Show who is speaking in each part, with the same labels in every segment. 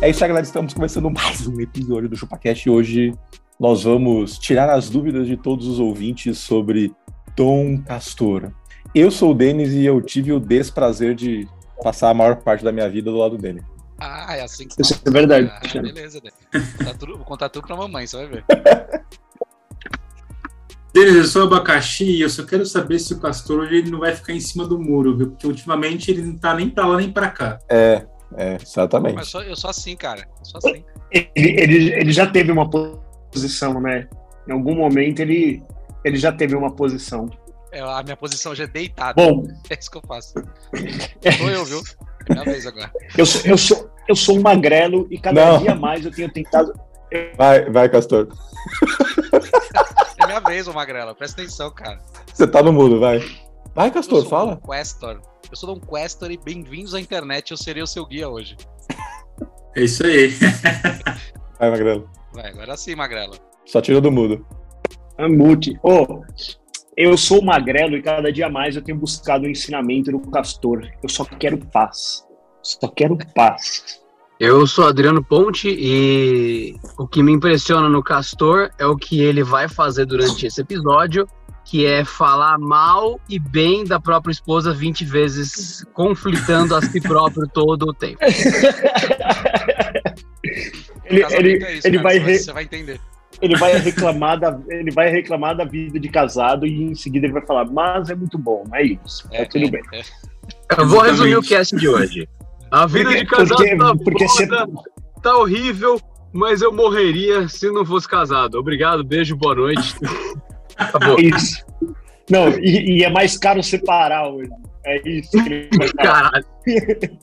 Speaker 1: É isso aí, galera. Estamos começando mais um episódio do ChupaCast. Hoje nós vamos tirar as dúvidas de todos os ouvintes sobre Dom Castor. Eu sou o Denis e eu tive o desprazer de passar a maior parte da minha vida do lado dele.
Speaker 2: Ah, é assim que
Speaker 3: Isso
Speaker 2: fala.
Speaker 3: é verdade.
Speaker 2: Ah, beleza, né? Tá tudo- Vou contar tudo pra mamãe, você vai ver.
Speaker 4: Denis, eu sou abacaxi e eu só quero saber se o Castor hoje ele não vai ficar em cima do muro, viu? Porque ultimamente ele não tá nem pra lá nem pra cá.
Speaker 1: É, é, exatamente.
Speaker 2: Mas só, eu sou assim, cara. Eu sou assim.
Speaker 3: Ele, ele, ele já teve uma posição, né? Em algum momento ele, ele já teve uma posição.
Speaker 2: É, a minha posição já é deitada.
Speaker 3: Bom,
Speaker 2: É isso que eu faço. Sou eu, viu? É minha vez agora.
Speaker 3: eu sou, eu sou, eu sou um magrelo e cada
Speaker 1: Não.
Speaker 3: dia mais eu tenho tentado.
Speaker 1: Vai, vai, Castor.
Speaker 2: É minha vez, ô Magrela. Presta atenção, cara.
Speaker 1: Você tá no mudo, vai. Vai,
Speaker 2: Eu
Speaker 1: Castor,
Speaker 2: sou
Speaker 1: fala.
Speaker 2: Um questor. Eu sou um questor e bem-vindos à internet. Eu serei o seu guia hoje.
Speaker 4: É isso aí.
Speaker 1: Vai, Magrelo.
Speaker 2: Vai, agora sim, Magrela.
Speaker 1: Só tira do mudo.
Speaker 3: Amute. Ô, eu sou um magrelo e cada dia mais eu tenho buscado o ensinamento do castor. Eu só quero paz. Só quero paz.
Speaker 5: Eu sou Adriano Ponte e o que me impressiona no Castor é o que ele vai fazer durante esse episódio, que é falar mal e bem da própria esposa 20 vezes, conflitando a si próprio todo o tempo.
Speaker 3: Ele,
Speaker 2: Casamento
Speaker 3: ele,
Speaker 2: é isso,
Speaker 3: ele,
Speaker 2: cara.
Speaker 3: vai
Speaker 2: Você
Speaker 3: re-
Speaker 2: Você vai entender.
Speaker 3: ele vai reclamar da ele vai reclamar da vida de casado e em seguida ele vai falar mas é muito bom é isso tá tudo bem
Speaker 2: é.
Speaker 5: Eu vou resumir o
Speaker 4: Exatamente.
Speaker 5: cast de hoje. A vida de casado
Speaker 3: Porque-
Speaker 5: tá,
Speaker 3: porque você-
Speaker 5: foda, tá horrível, mas eu morreria se não fosse casado. Obrigado, beijo, boa noite. Acabou.
Speaker 3: É isso. Não, e, e é mais caro separar hoje. É isso que ele vai falar.
Speaker 5: Caralho.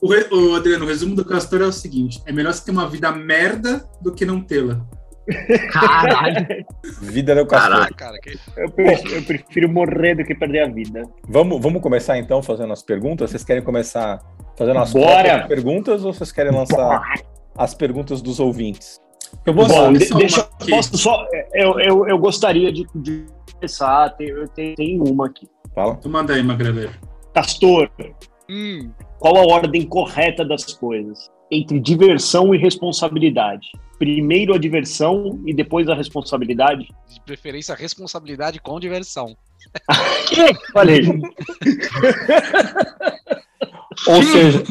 Speaker 4: O, re- o Adriano, o resumo do Castor é o seguinte: é melhor você ter uma vida merda do que não tê-la.
Speaker 5: Caralho.
Speaker 1: Vida do Castor.
Speaker 5: Caralho.
Speaker 2: Cara, que...
Speaker 3: Eu, prefiro, eu prefiro morrer do que perder a vida.
Speaker 1: Vamos, vamos começar então fazendo as perguntas? Vocês querem começar fazendo as
Speaker 3: Bora!
Speaker 1: próprias perguntas ou vocês querem lançar as perguntas dos ouvintes?
Speaker 4: Eu vou
Speaker 3: Bom,
Speaker 4: só-
Speaker 3: de-
Speaker 4: só
Speaker 3: deixa
Speaker 4: uma
Speaker 3: eu
Speaker 4: aqui.
Speaker 3: posso só. é, Eu, eu, eu gostaria de, de começar. Tem, eu tenho, tem uma aqui.
Speaker 1: Fala.
Speaker 4: Então manda aí, Magreleiro.
Speaker 3: Castor,
Speaker 2: Hum,
Speaker 3: qual a ordem correta das coisas? Entre diversão e responsabilidade. Primeiro a diversão e depois a responsabilidade?
Speaker 2: de preferência, responsabilidade com diversão.
Speaker 3: Olha aí.
Speaker 1: Ou seja,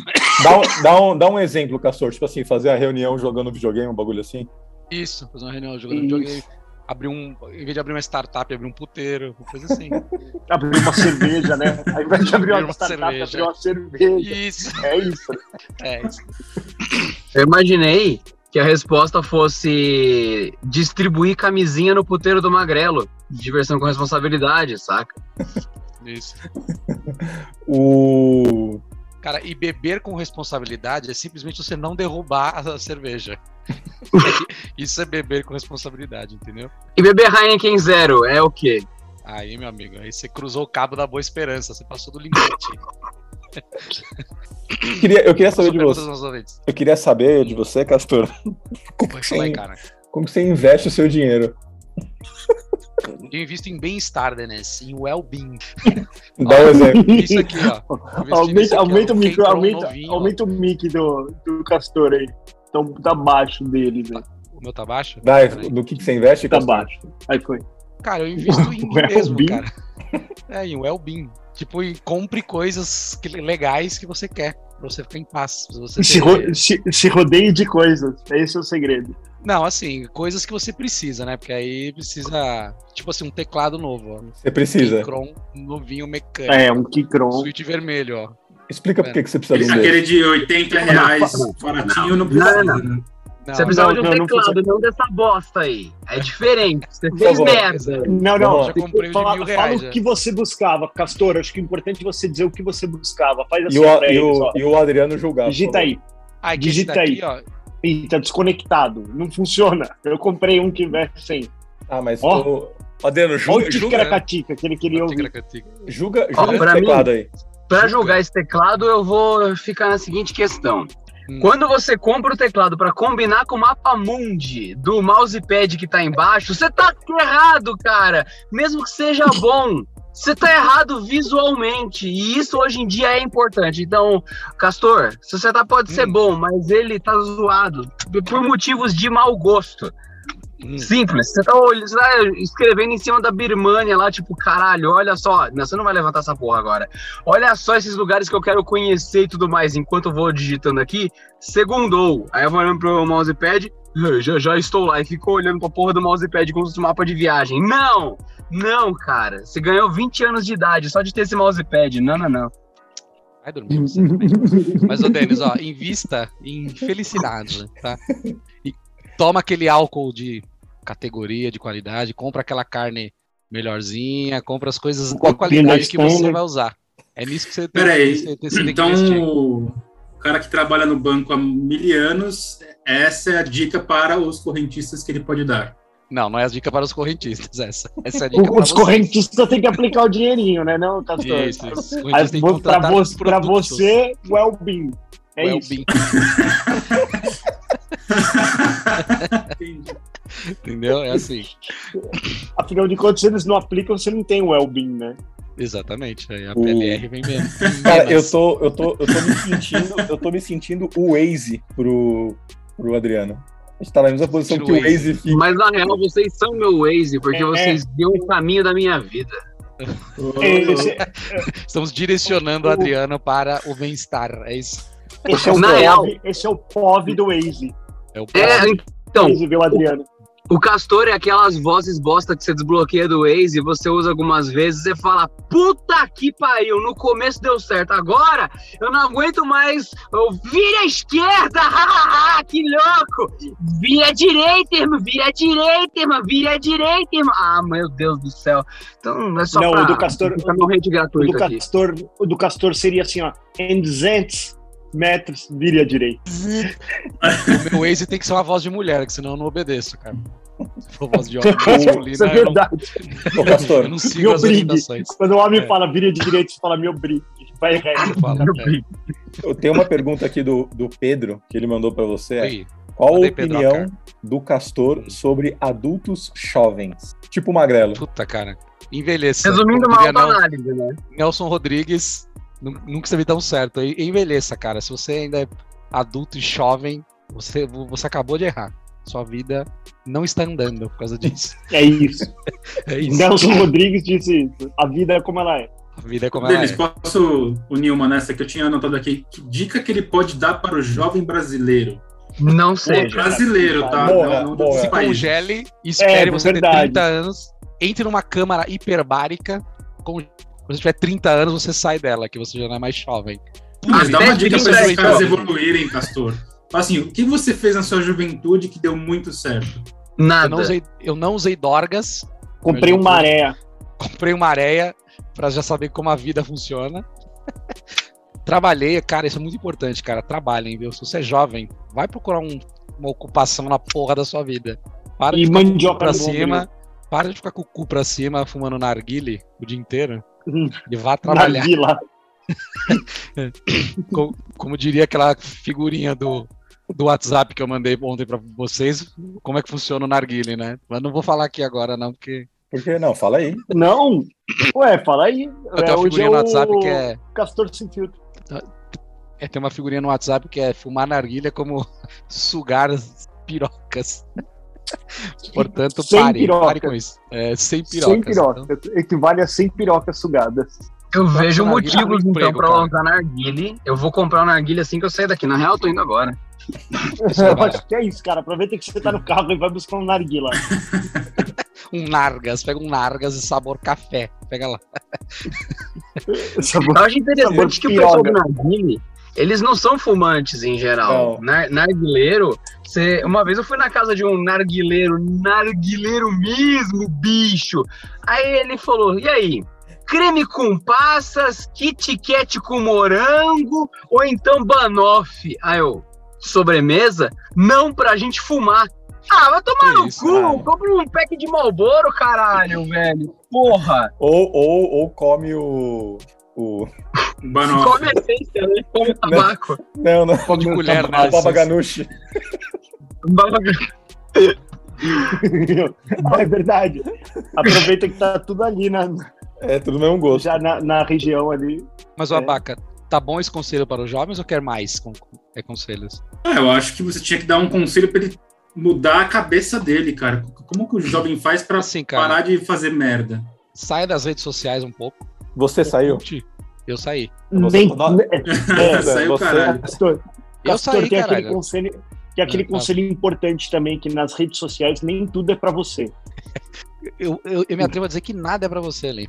Speaker 1: dá um, dá, um, dá um exemplo, Castor. Tipo assim, fazer a reunião jogando videogame, um bagulho assim.
Speaker 2: Isso, fazer uma reunião jogando
Speaker 3: Isso.
Speaker 2: videogame. Abrir um. Em vez de abrir uma startup, abrir um puteiro, uma coisa assim.
Speaker 3: Abrir uma cerveja, né? Ao invés de
Speaker 2: Abrir
Speaker 3: abrir uma
Speaker 2: uma
Speaker 3: startup,
Speaker 2: cerveja.
Speaker 3: abrir uma cerveja.
Speaker 2: Isso.
Speaker 3: É isso.
Speaker 2: É, isso.
Speaker 5: Eu imaginei que a resposta fosse distribuir camisinha no puteiro do Magrelo. Diversão com responsabilidade, saca?
Speaker 2: isso.
Speaker 1: O.
Speaker 2: Cara, e beber com responsabilidade é simplesmente você não derrubar a a cerveja. isso é beber com responsabilidade, entendeu?
Speaker 5: E beber Heineken zero é o quê?
Speaker 2: Aí, meu amigo, aí você cruzou o cabo da boa esperança, você passou do limite.
Speaker 1: Queria, eu queria saber
Speaker 2: Só
Speaker 1: de
Speaker 2: perguntas
Speaker 1: você.
Speaker 2: aos ouvintes.
Speaker 1: Eu queria saber de você, Castor. Como que
Speaker 2: Fala aí,
Speaker 1: você,
Speaker 2: cara.
Speaker 1: como que você investe o seu dinheiro?
Speaker 2: Eu invisto em bem-estar, Denis, em well-being.
Speaker 1: Dá um exemplo.
Speaker 2: Isso aqui, ó. Investi nesse aqui, ó,
Speaker 3: Aumenta, aumenta
Speaker 2: Kentron
Speaker 3: o micro, aumenta,
Speaker 2: novinho, ó.
Speaker 3: aumenta o mic do, do Castor aí. Então, tá baixo dele, né?
Speaker 2: O meu tá baixo?
Speaker 1: Vai,
Speaker 2: Peraí.
Speaker 1: do que, que você investe,
Speaker 3: Tá
Speaker 1: Castor?
Speaker 3: baixo. Aí foi.
Speaker 2: Cara, eu invisto em mim
Speaker 3: Well-being.
Speaker 2: mesmo, cara. É, em well-being. Tipo, em compre coisas que- legais que você quer, pra você ficar em paz. pra Você
Speaker 3: Se,
Speaker 2: ter-
Speaker 3: ro se, se rodeie de coisas. Esse é o segredo.
Speaker 2: Não, assim, coisas que você precisa, né? Porque aí precisa, tipo assim, um teclado novo, ó.
Speaker 1: Você precisa.
Speaker 2: Kron novinho mecânico.
Speaker 3: É, um Kikron.
Speaker 2: Switch vermelho, ó.
Speaker 1: Explica por que que você precisa de um dele.
Speaker 4: Aquele de 80 reais, baratinho, não precisa.
Speaker 5: Não,
Speaker 4: né?
Speaker 2: Não,
Speaker 5: você precisava
Speaker 3: não,
Speaker 5: de um
Speaker 3: não, não
Speaker 5: teclado, não, dessa bosta aí. É diferente. Você
Speaker 1: Por
Speaker 5: fez
Speaker 1: favor.
Speaker 5: merda.
Speaker 3: Não,
Speaker 1: Vamos
Speaker 3: não.
Speaker 1: lá.
Speaker 2: Já comprei o de
Speaker 3: Fala,
Speaker 2: mil
Speaker 3: fala
Speaker 2: reais, né? já.
Speaker 3: o que você buscava, Castor. Acho que é importante você dizer o que você buscava. Faz
Speaker 1: E
Speaker 3: assim
Speaker 1: o,
Speaker 3: pra
Speaker 1: e,
Speaker 3: eles,
Speaker 1: o,
Speaker 3: ó.
Speaker 1: e o Adriano julgar. por
Speaker 3: Digita
Speaker 1: favor.
Speaker 3: aí.
Speaker 2: Ah, é que esse
Speaker 3: digita aí.
Speaker 2: daqui, ó,
Speaker 3: Ih, tá desconectado. Não funciona. Eu comprei um que vai sem.
Speaker 1: Ah, mas
Speaker 3: Ó.
Speaker 1: ô,
Speaker 6: Adriano,
Speaker 3: Olha
Speaker 6: julga,
Speaker 3: o
Speaker 2: né?
Speaker 6: julga,
Speaker 3: Ticaracatica que ele queria ouvir.
Speaker 2: Ticaracatica.
Speaker 1: julga,
Speaker 5: Ó,
Speaker 1: julga
Speaker 5: pra
Speaker 1: esse teclado aí.
Speaker 5: Para julgar esse teclado, eu vou ficar na seguinte questão.
Speaker 2: Hum.
Speaker 5: Quando você compra o teclado para combinar com o mapa mundi do mousepad que tá embaixo, você tá errado, cara. Mesmo que seja bom, você tá errado visualmente. E isso hoje em dia é importante. Então, Castor, seu setup pode
Speaker 2: Hum.
Speaker 5: ser bom, mas ele tá zoado por motivos de mau gosto.
Speaker 2: Hum.
Speaker 5: Simples. Você tá, olhando- você tá escrevendo em cima da Birmania lá, tipo, caralho, olha só. Não, você não vai levantar essa porra agora. Olha só esses lugares que eu quero conhecer e tudo mais. Enquanto eu vou digitando aqui, segundou. Aí eu vou olhando pro mousepad, "Eu já, já estou lá. E ficou olhando pra porra do mousepad como se fosse um mapa de viagem. Não! Não, cara. Você ganhou 20 anos de idade só de ter esse mousepad. Não, não, não.
Speaker 2: Vai dormir você também. Mas, ô Denis, ó, invista em felicidade, tá? E toma aquele álcool de categoria, de qualidade, compra aquela carne melhorzinha, compra as coisas
Speaker 3: Um
Speaker 2: de
Speaker 3: copinho
Speaker 2: qualidade
Speaker 3: da
Speaker 2: que você
Speaker 3: Stanley.
Speaker 2: vai usar. É nisso que você tem,
Speaker 4: Peraí,
Speaker 2: você tem- você tem que
Speaker 4: Então,
Speaker 2: investir.
Speaker 4: o cara que trabalha no banco há mil anos, essa é a dica para os correntistas que ele pode dar.
Speaker 2: Não, não é a dica para os correntistas, essa. Essa é a dica para
Speaker 3: Os
Speaker 2: vocês.
Speaker 3: correntistas têm que aplicar o dinheirinho, né? Não, Castor?
Speaker 2: Isso, isso. Os correntistas
Speaker 3: Aí,
Speaker 2: Então têm que
Speaker 3: vo- Pra
Speaker 2: contratar
Speaker 3: vo- pra
Speaker 2: produtos.
Speaker 3: você, well-being. É
Speaker 2: Well
Speaker 3: isso.
Speaker 2: being,
Speaker 4: Entendi.
Speaker 2: Entendeu? É assim.
Speaker 3: Afinal de contas, se eles não aplicam, você não tem well-being, né?
Speaker 2: Exatamente. aí A
Speaker 1: O-
Speaker 2: PLR vem mesmo.
Speaker 1: Cara, eu tô, eu tô, eu tô me sentindo, eu tô me sentindo o Waze pro, pro Adriano. A gente tá na mesma posição que o
Speaker 2: Waze.
Speaker 1: Waze fica.
Speaker 5: Mas na real, vocês são meu Waze, porque
Speaker 3: É.
Speaker 5: vocês deu o caminho da minha vida.
Speaker 3: Esse,
Speaker 2: Estamos direcionando o Adriano para o bem-estar. É isso.
Speaker 3: esse é o
Speaker 5: Na
Speaker 3: POV,
Speaker 5: real.
Speaker 3: esse é o POV do Waze.
Speaker 2: É o
Speaker 5: É, então,
Speaker 3: Waze, viu, Adriano?
Speaker 5: O Castor é aquelas vozes bosta que você desbloqueia do Waze, você usa algumas vezes, você fala, puta que pariu, no começo deu certo, agora eu não aguento mais, eu vira à esquerda, hahaha, que louco, vira à direita, irmão, vira à direita, irmão, vira à direita, irmão, ah, meu Deus do céu, então é só
Speaker 3: Não,
Speaker 5: pra
Speaker 3: o do Castor-
Speaker 5: ficar meu rede
Speaker 3: O do,
Speaker 5: gratuito aqui.
Speaker 3: Castor, o do Castor seria assim, ó. Em 200 metros, vire à direita.
Speaker 2: O meu Waze tem que ser uma voz de mulher, que senão eu não obedeço, cara. Se for voz de homem
Speaker 3: Isso é
Speaker 2: masculina, eu não,
Speaker 3: verdade.
Speaker 1: Ô,
Speaker 2: eu
Speaker 1: Castor,
Speaker 2: não
Speaker 3: Me
Speaker 2: sigo as
Speaker 3: obrigue.
Speaker 2: orientações.
Speaker 3: Quando o homem
Speaker 2: É.
Speaker 3: fala vire à direita, você fala me obrigue. Vai reto.
Speaker 2: Eu falo, é,
Speaker 1: eu tenho uma pergunta aqui do, do Pedro, que ele mandou pra você. é,
Speaker 2: oi,
Speaker 1: Qual a
Speaker 2: Mandei, Pedro,
Speaker 1: opinião do Castor sobre adultos jovens? Tipo magrelo.
Speaker 2: puta, cara. Envelheça.
Speaker 5: Resumindo
Speaker 2: Como
Speaker 5: uma
Speaker 2: diria Nel-
Speaker 5: autoanálise, né?
Speaker 2: Nelson Rodrigues nu- nunca esteve tão um certo. E- Envelheça, cara. Se você ainda é adulto e jovem, você, você acabou de errar. Sua vida não está andando por causa disso.
Speaker 3: É isso.
Speaker 2: É isso.
Speaker 3: Nelson Rodrigues disse isso. A vida é como ela é.
Speaker 2: A vida é como ela é.
Speaker 4: Denis, posso unir uma nessa que eu tinha anotado aqui? Que dica que ele pode dar para o jovem brasileiro?
Speaker 5: Não
Speaker 4: O
Speaker 5: sei.
Speaker 4: brasileiro, tá?
Speaker 1: Boa,
Speaker 4: não não
Speaker 1: boa.
Speaker 4: desse
Speaker 2: se
Speaker 4: país.
Speaker 2: congele, espere
Speaker 3: É,
Speaker 2: você ter
Speaker 3: verdade.
Speaker 2: 30 anos, entre numa câmara hiperbárica, con- quando você tiver 30 anos, você sai dela, que você já não é mais jovem.
Speaker 4: Mas dá uma
Speaker 5: Até
Speaker 4: dica para
Speaker 5: 30
Speaker 4: esses caras
Speaker 2: anos.
Speaker 4: evoluírem, Castor. Fala Assim, o que você fez na sua juventude que deu muito certo?
Speaker 2: Eu não,
Speaker 5: Nada.
Speaker 2: usei, eu não usei dorgas,
Speaker 3: Comprei uma areia.
Speaker 2: comprei uma areia pra já saber como a vida funciona. Trabalhei, cara, isso é muito importante, cara. Trabalhem, viu? Se você é jovem, vai procurar um- uma ocupação na porra da sua vida. Para
Speaker 3: E
Speaker 2: de ficar com o cu
Speaker 3: mandioca
Speaker 2: pra
Speaker 3: no ombro, né?
Speaker 2: cima. Para de ficar com o cu pra cima, fumando narguile o dia inteiro.
Speaker 3: Hum.
Speaker 2: E vá
Speaker 3: Na
Speaker 2: trabalhar.
Speaker 3: vila.
Speaker 2: como diria aquela figurinha do, do WhatsApp que eu mandei ontem pra vocês, como é que funciona o narguile, né? Mas não vou falar aqui agora, não, porque
Speaker 1: Por que não? Fala aí.
Speaker 3: Não. Ué, fala aí. É,
Speaker 2: eu tenho uma figurinha no WhatsApp que é,
Speaker 3: Castor sem filtro.
Speaker 2: é, Tem uma figurinha no WhatsApp que é fumar narguilha é como sugar as pirocas. Portanto,
Speaker 3: Sem
Speaker 2: pare,
Speaker 3: piroca.
Speaker 2: pare com isso. É, sem pirocas. Então,
Speaker 3: Sem piroca. Equivale a 100 pirocas sugadas.
Speaker 5: Eu vejo
Speaker 2: Narguilha é um
Speaker 5: motivos, então,
Speaker 2: emprego,
Speaker 5: pra
Speaker 2: cara.
Speaker 5: usar narguile. Eu vou comprar um narguile assim que eu sair daqui. Na real, eu tô indo agora.
Speaker 2: Isso
Speaker 3: Eu
Speaker 2: vai.
Speaker 3: acho que é isso, cara. Aproveita que você tá no carro e vai buscar um narguila.
Speaker 2: Então, um nargas, pega um nargas e sabor café. Pega lá.
Speaker 5: Eu acho interessante
Speaker 3: Sabor
Speaker 5: que o pessoal do
Speaker 3: piroga.
Speaker 5: narguile, eles não são fumantes em geral.
Speaker 1: Não.
Speaker 5: Nar- narguileiro, cê- uma vez eu fui na casa de um narguileiro, narguileiro mesmo, bicho. Aí ele falou, e aí? Creme com passas, kit kat com morango ou então banoffee? Aí eu, sobremesa, não pra gente fumar. Ah, vai tomar
Speaker 2: Que
Speaker 5: no
Speaker 2: isso,
Speaker 5: cu,
Speaker 2: cara.
Speaker 5: compra um pack de Malboro, caralho, velho. Porra,
Speaker 1: Ou, ou, ou come o. o...
Speaker 4: Banoff.
Speaker 5: come essência, né? Come tabaco.
Speaker 1: Não, não.
Speaker 2: Pau de
Speaker 1: não, tá
Speaker 2: colher, né,
Speaker 1: A Baba
Speaker 2: essência.
Speaker 1: Ganoush.
Speaker 3: é verdade. Aproveita que tá tudo ali na,
Speaker 1: É tudo mesmo gosto.
Speaker 3: já na, na região ali.
Speaker 2: Mas, o
Speaker 3: É.
Speaker 2: Abaca, tá bom esse conselho para os jovens ou quer mais con- é, conselhos?
Speaker 4: Ah, eu acho que você tinha que dar um conselho pra ele mudar a cabeça dele, cara. Como que o jovem faz pra
Speaker 2: Assim, cara,
Speaker 4: parar de fazer merda?
Speaker 2: sai das redes sociais um pouco.
Speaker 1: Você saiu.
Speaker 2: Curte. Eu saí.
Speaker 1: Você-
Speaker 3: Nem,
Speaker 1: nó-
Speaker 4: É, saiu o
Speaker 1: você-
Speaker 4: caralho.
Speaker 3: Castor,
Speaker 2: Eu
Speaker 3: Castor,
Speaker 2: saí,
Speaker 3: tem aquele
Speaker 2: caralho.
Speaker 3: conselho, tem aquele
Speaker 2: Ah, tá.
Speaker 3: conselho importante também, que nas redes sociais nem tudo é pra você.
Speaker 2: Eu, eu, eu me atrevo a dizer que nada é pra você ali.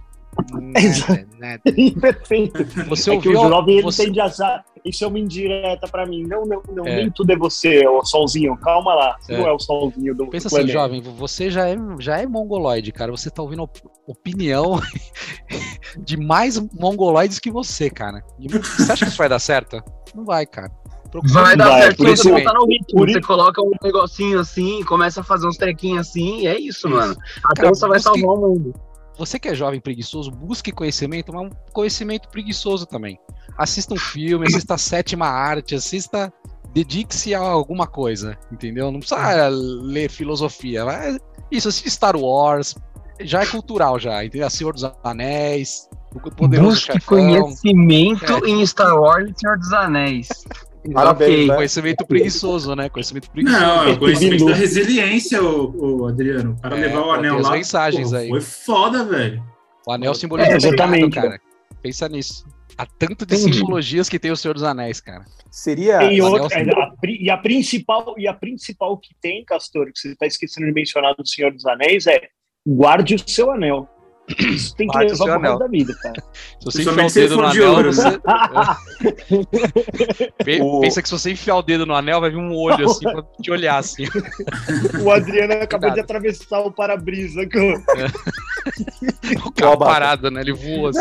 Speaker 2: Nada,
Speaker 3: É, Exato.
Speaker 2: nada.
Speaker 3: Perfeito.
Speaker 2: Você
Speaker 3: é que o
Speaker 2: ouviu.
Speaker 3: jovem ele
Speaker 2: você-
Speaker 3: tem de azar. Isso é uma indireta pra mim. Não, não, não.
Speaker 2: É.
Speaker 3: Nem tudo é você, é o solzinho. Calma lá. Você
Speaker 2: É.
Speaker 3: Não é o solzinho do
Speaker 2: Pensa
Speaker 3: do
Speaker 2: assim,
Speaker 3: planeta.
Speaker 2: jovem, você já é, já é mongoloide, cara. Você tá ouvindo op- opinião de mais mongoloides que você, cara. E Você acha que isso vai dar certo? Não vai, cara. Procura-
Speaker 5: Vai dar
Speaker 3: Vai,
Speaker 5: certo
Speaker 3: por
Speaker 5: quando
Speaker 3: isso-
Speaker 5: você botar no ritmo.
Speaker 3: por isso-
Speaker 5: Você coloca um negocinho assim, começa a fazer uns trequinhos assim, e é isso, mano. A
Speaker 2: Cara,
Speaker 5: dança vai
Speaker 2: busque-
Speaker 5: salvar o mundo.
Speaker 2: Você que é jovem preguiçoso, busque conhecimento, mas um conhecimento preguiçoso também. Assista um filme, assista a sétima arte, assista. Dedique-se a alguma coisa, entendeu? Não precisa ler filosofia. Mas isso, assiste Star Wars, já é cultural, já, entendeu? Senhor dos Anéis, o Poderoso
Speaker 5: Busque
Speaker 2: Chefão.
Speaker 5: conhecimento em Star Wars e Senhor dos Anéis.
Speaker 1: Parabéns, né?
Speaker 2: Conhecimento preguiçoso, né? Conhecimento preguiçoso.
Speaker 4: Não, é o conhecimento
Speaker 3: Bilu.
Speaker 4: da resiliência, ô, ô, Adriano. Para
Speaker 2: É,
Speaker 4: levar o
Speaker 2: pô,
Speaker 4: anel
Speaker 2: tem as
Speaker 4: lá.
Speaker 2: mensagens aí.
Speaker 4: Foi foda, velho.
Speaker 2: O anel simboliza
Speaker 3: É,
Speaker 2: o pecado,
Speaker 3: exatamente.
Speaker 2: cara. Pensa nisso. Há tanto de
Speaker 5: Entendi.
Speaker 2: simbologias que tem o Senhor dos Anéis, cara.
Speaker 1: Seria.
Speaker 3: Tem
Speaker 2: Ah,
Speaker 3: outra, é,
Speaker 2: Nelson.
Speaker 3: a pri- e, a principal, e a principal que tem, Castor, que você está esquecendo de mencionar do Senhor dos Anéis, é guarde o seu anel. Isso tem que
Speaker 2: Guarde o
Speaker 3: levar
Speaker 2: seu
Speaker 3: pro
Speaker 2: anel.
Speaker 3: resto da vida, cara.
Speaker 2: Se você enfiar o
Speaker 4: Principalmente
Speaker 2: dedo
Speaker 4: se
Speaker 2: no
Speaker 4: ele for de
Speaker 2: anel,
Speaker 4: ouro,
Speaker 2: você...
Speaker 4: né?
Speaker 2: Pe-
Speaker 1: O-
Speaker 2: Pensa que se você enfiar o dedo no anel, vai vir um olho assim pra te olhar assim.
Speaker 3: O Adriano acabou
Speaker 2: Cuidado.
Speaker 3: de atravessar o para-brisa. com-
Speaker 2: O carro
Speaker 1: Abaca.
Speaker 2: parado, né? Ele voa assim.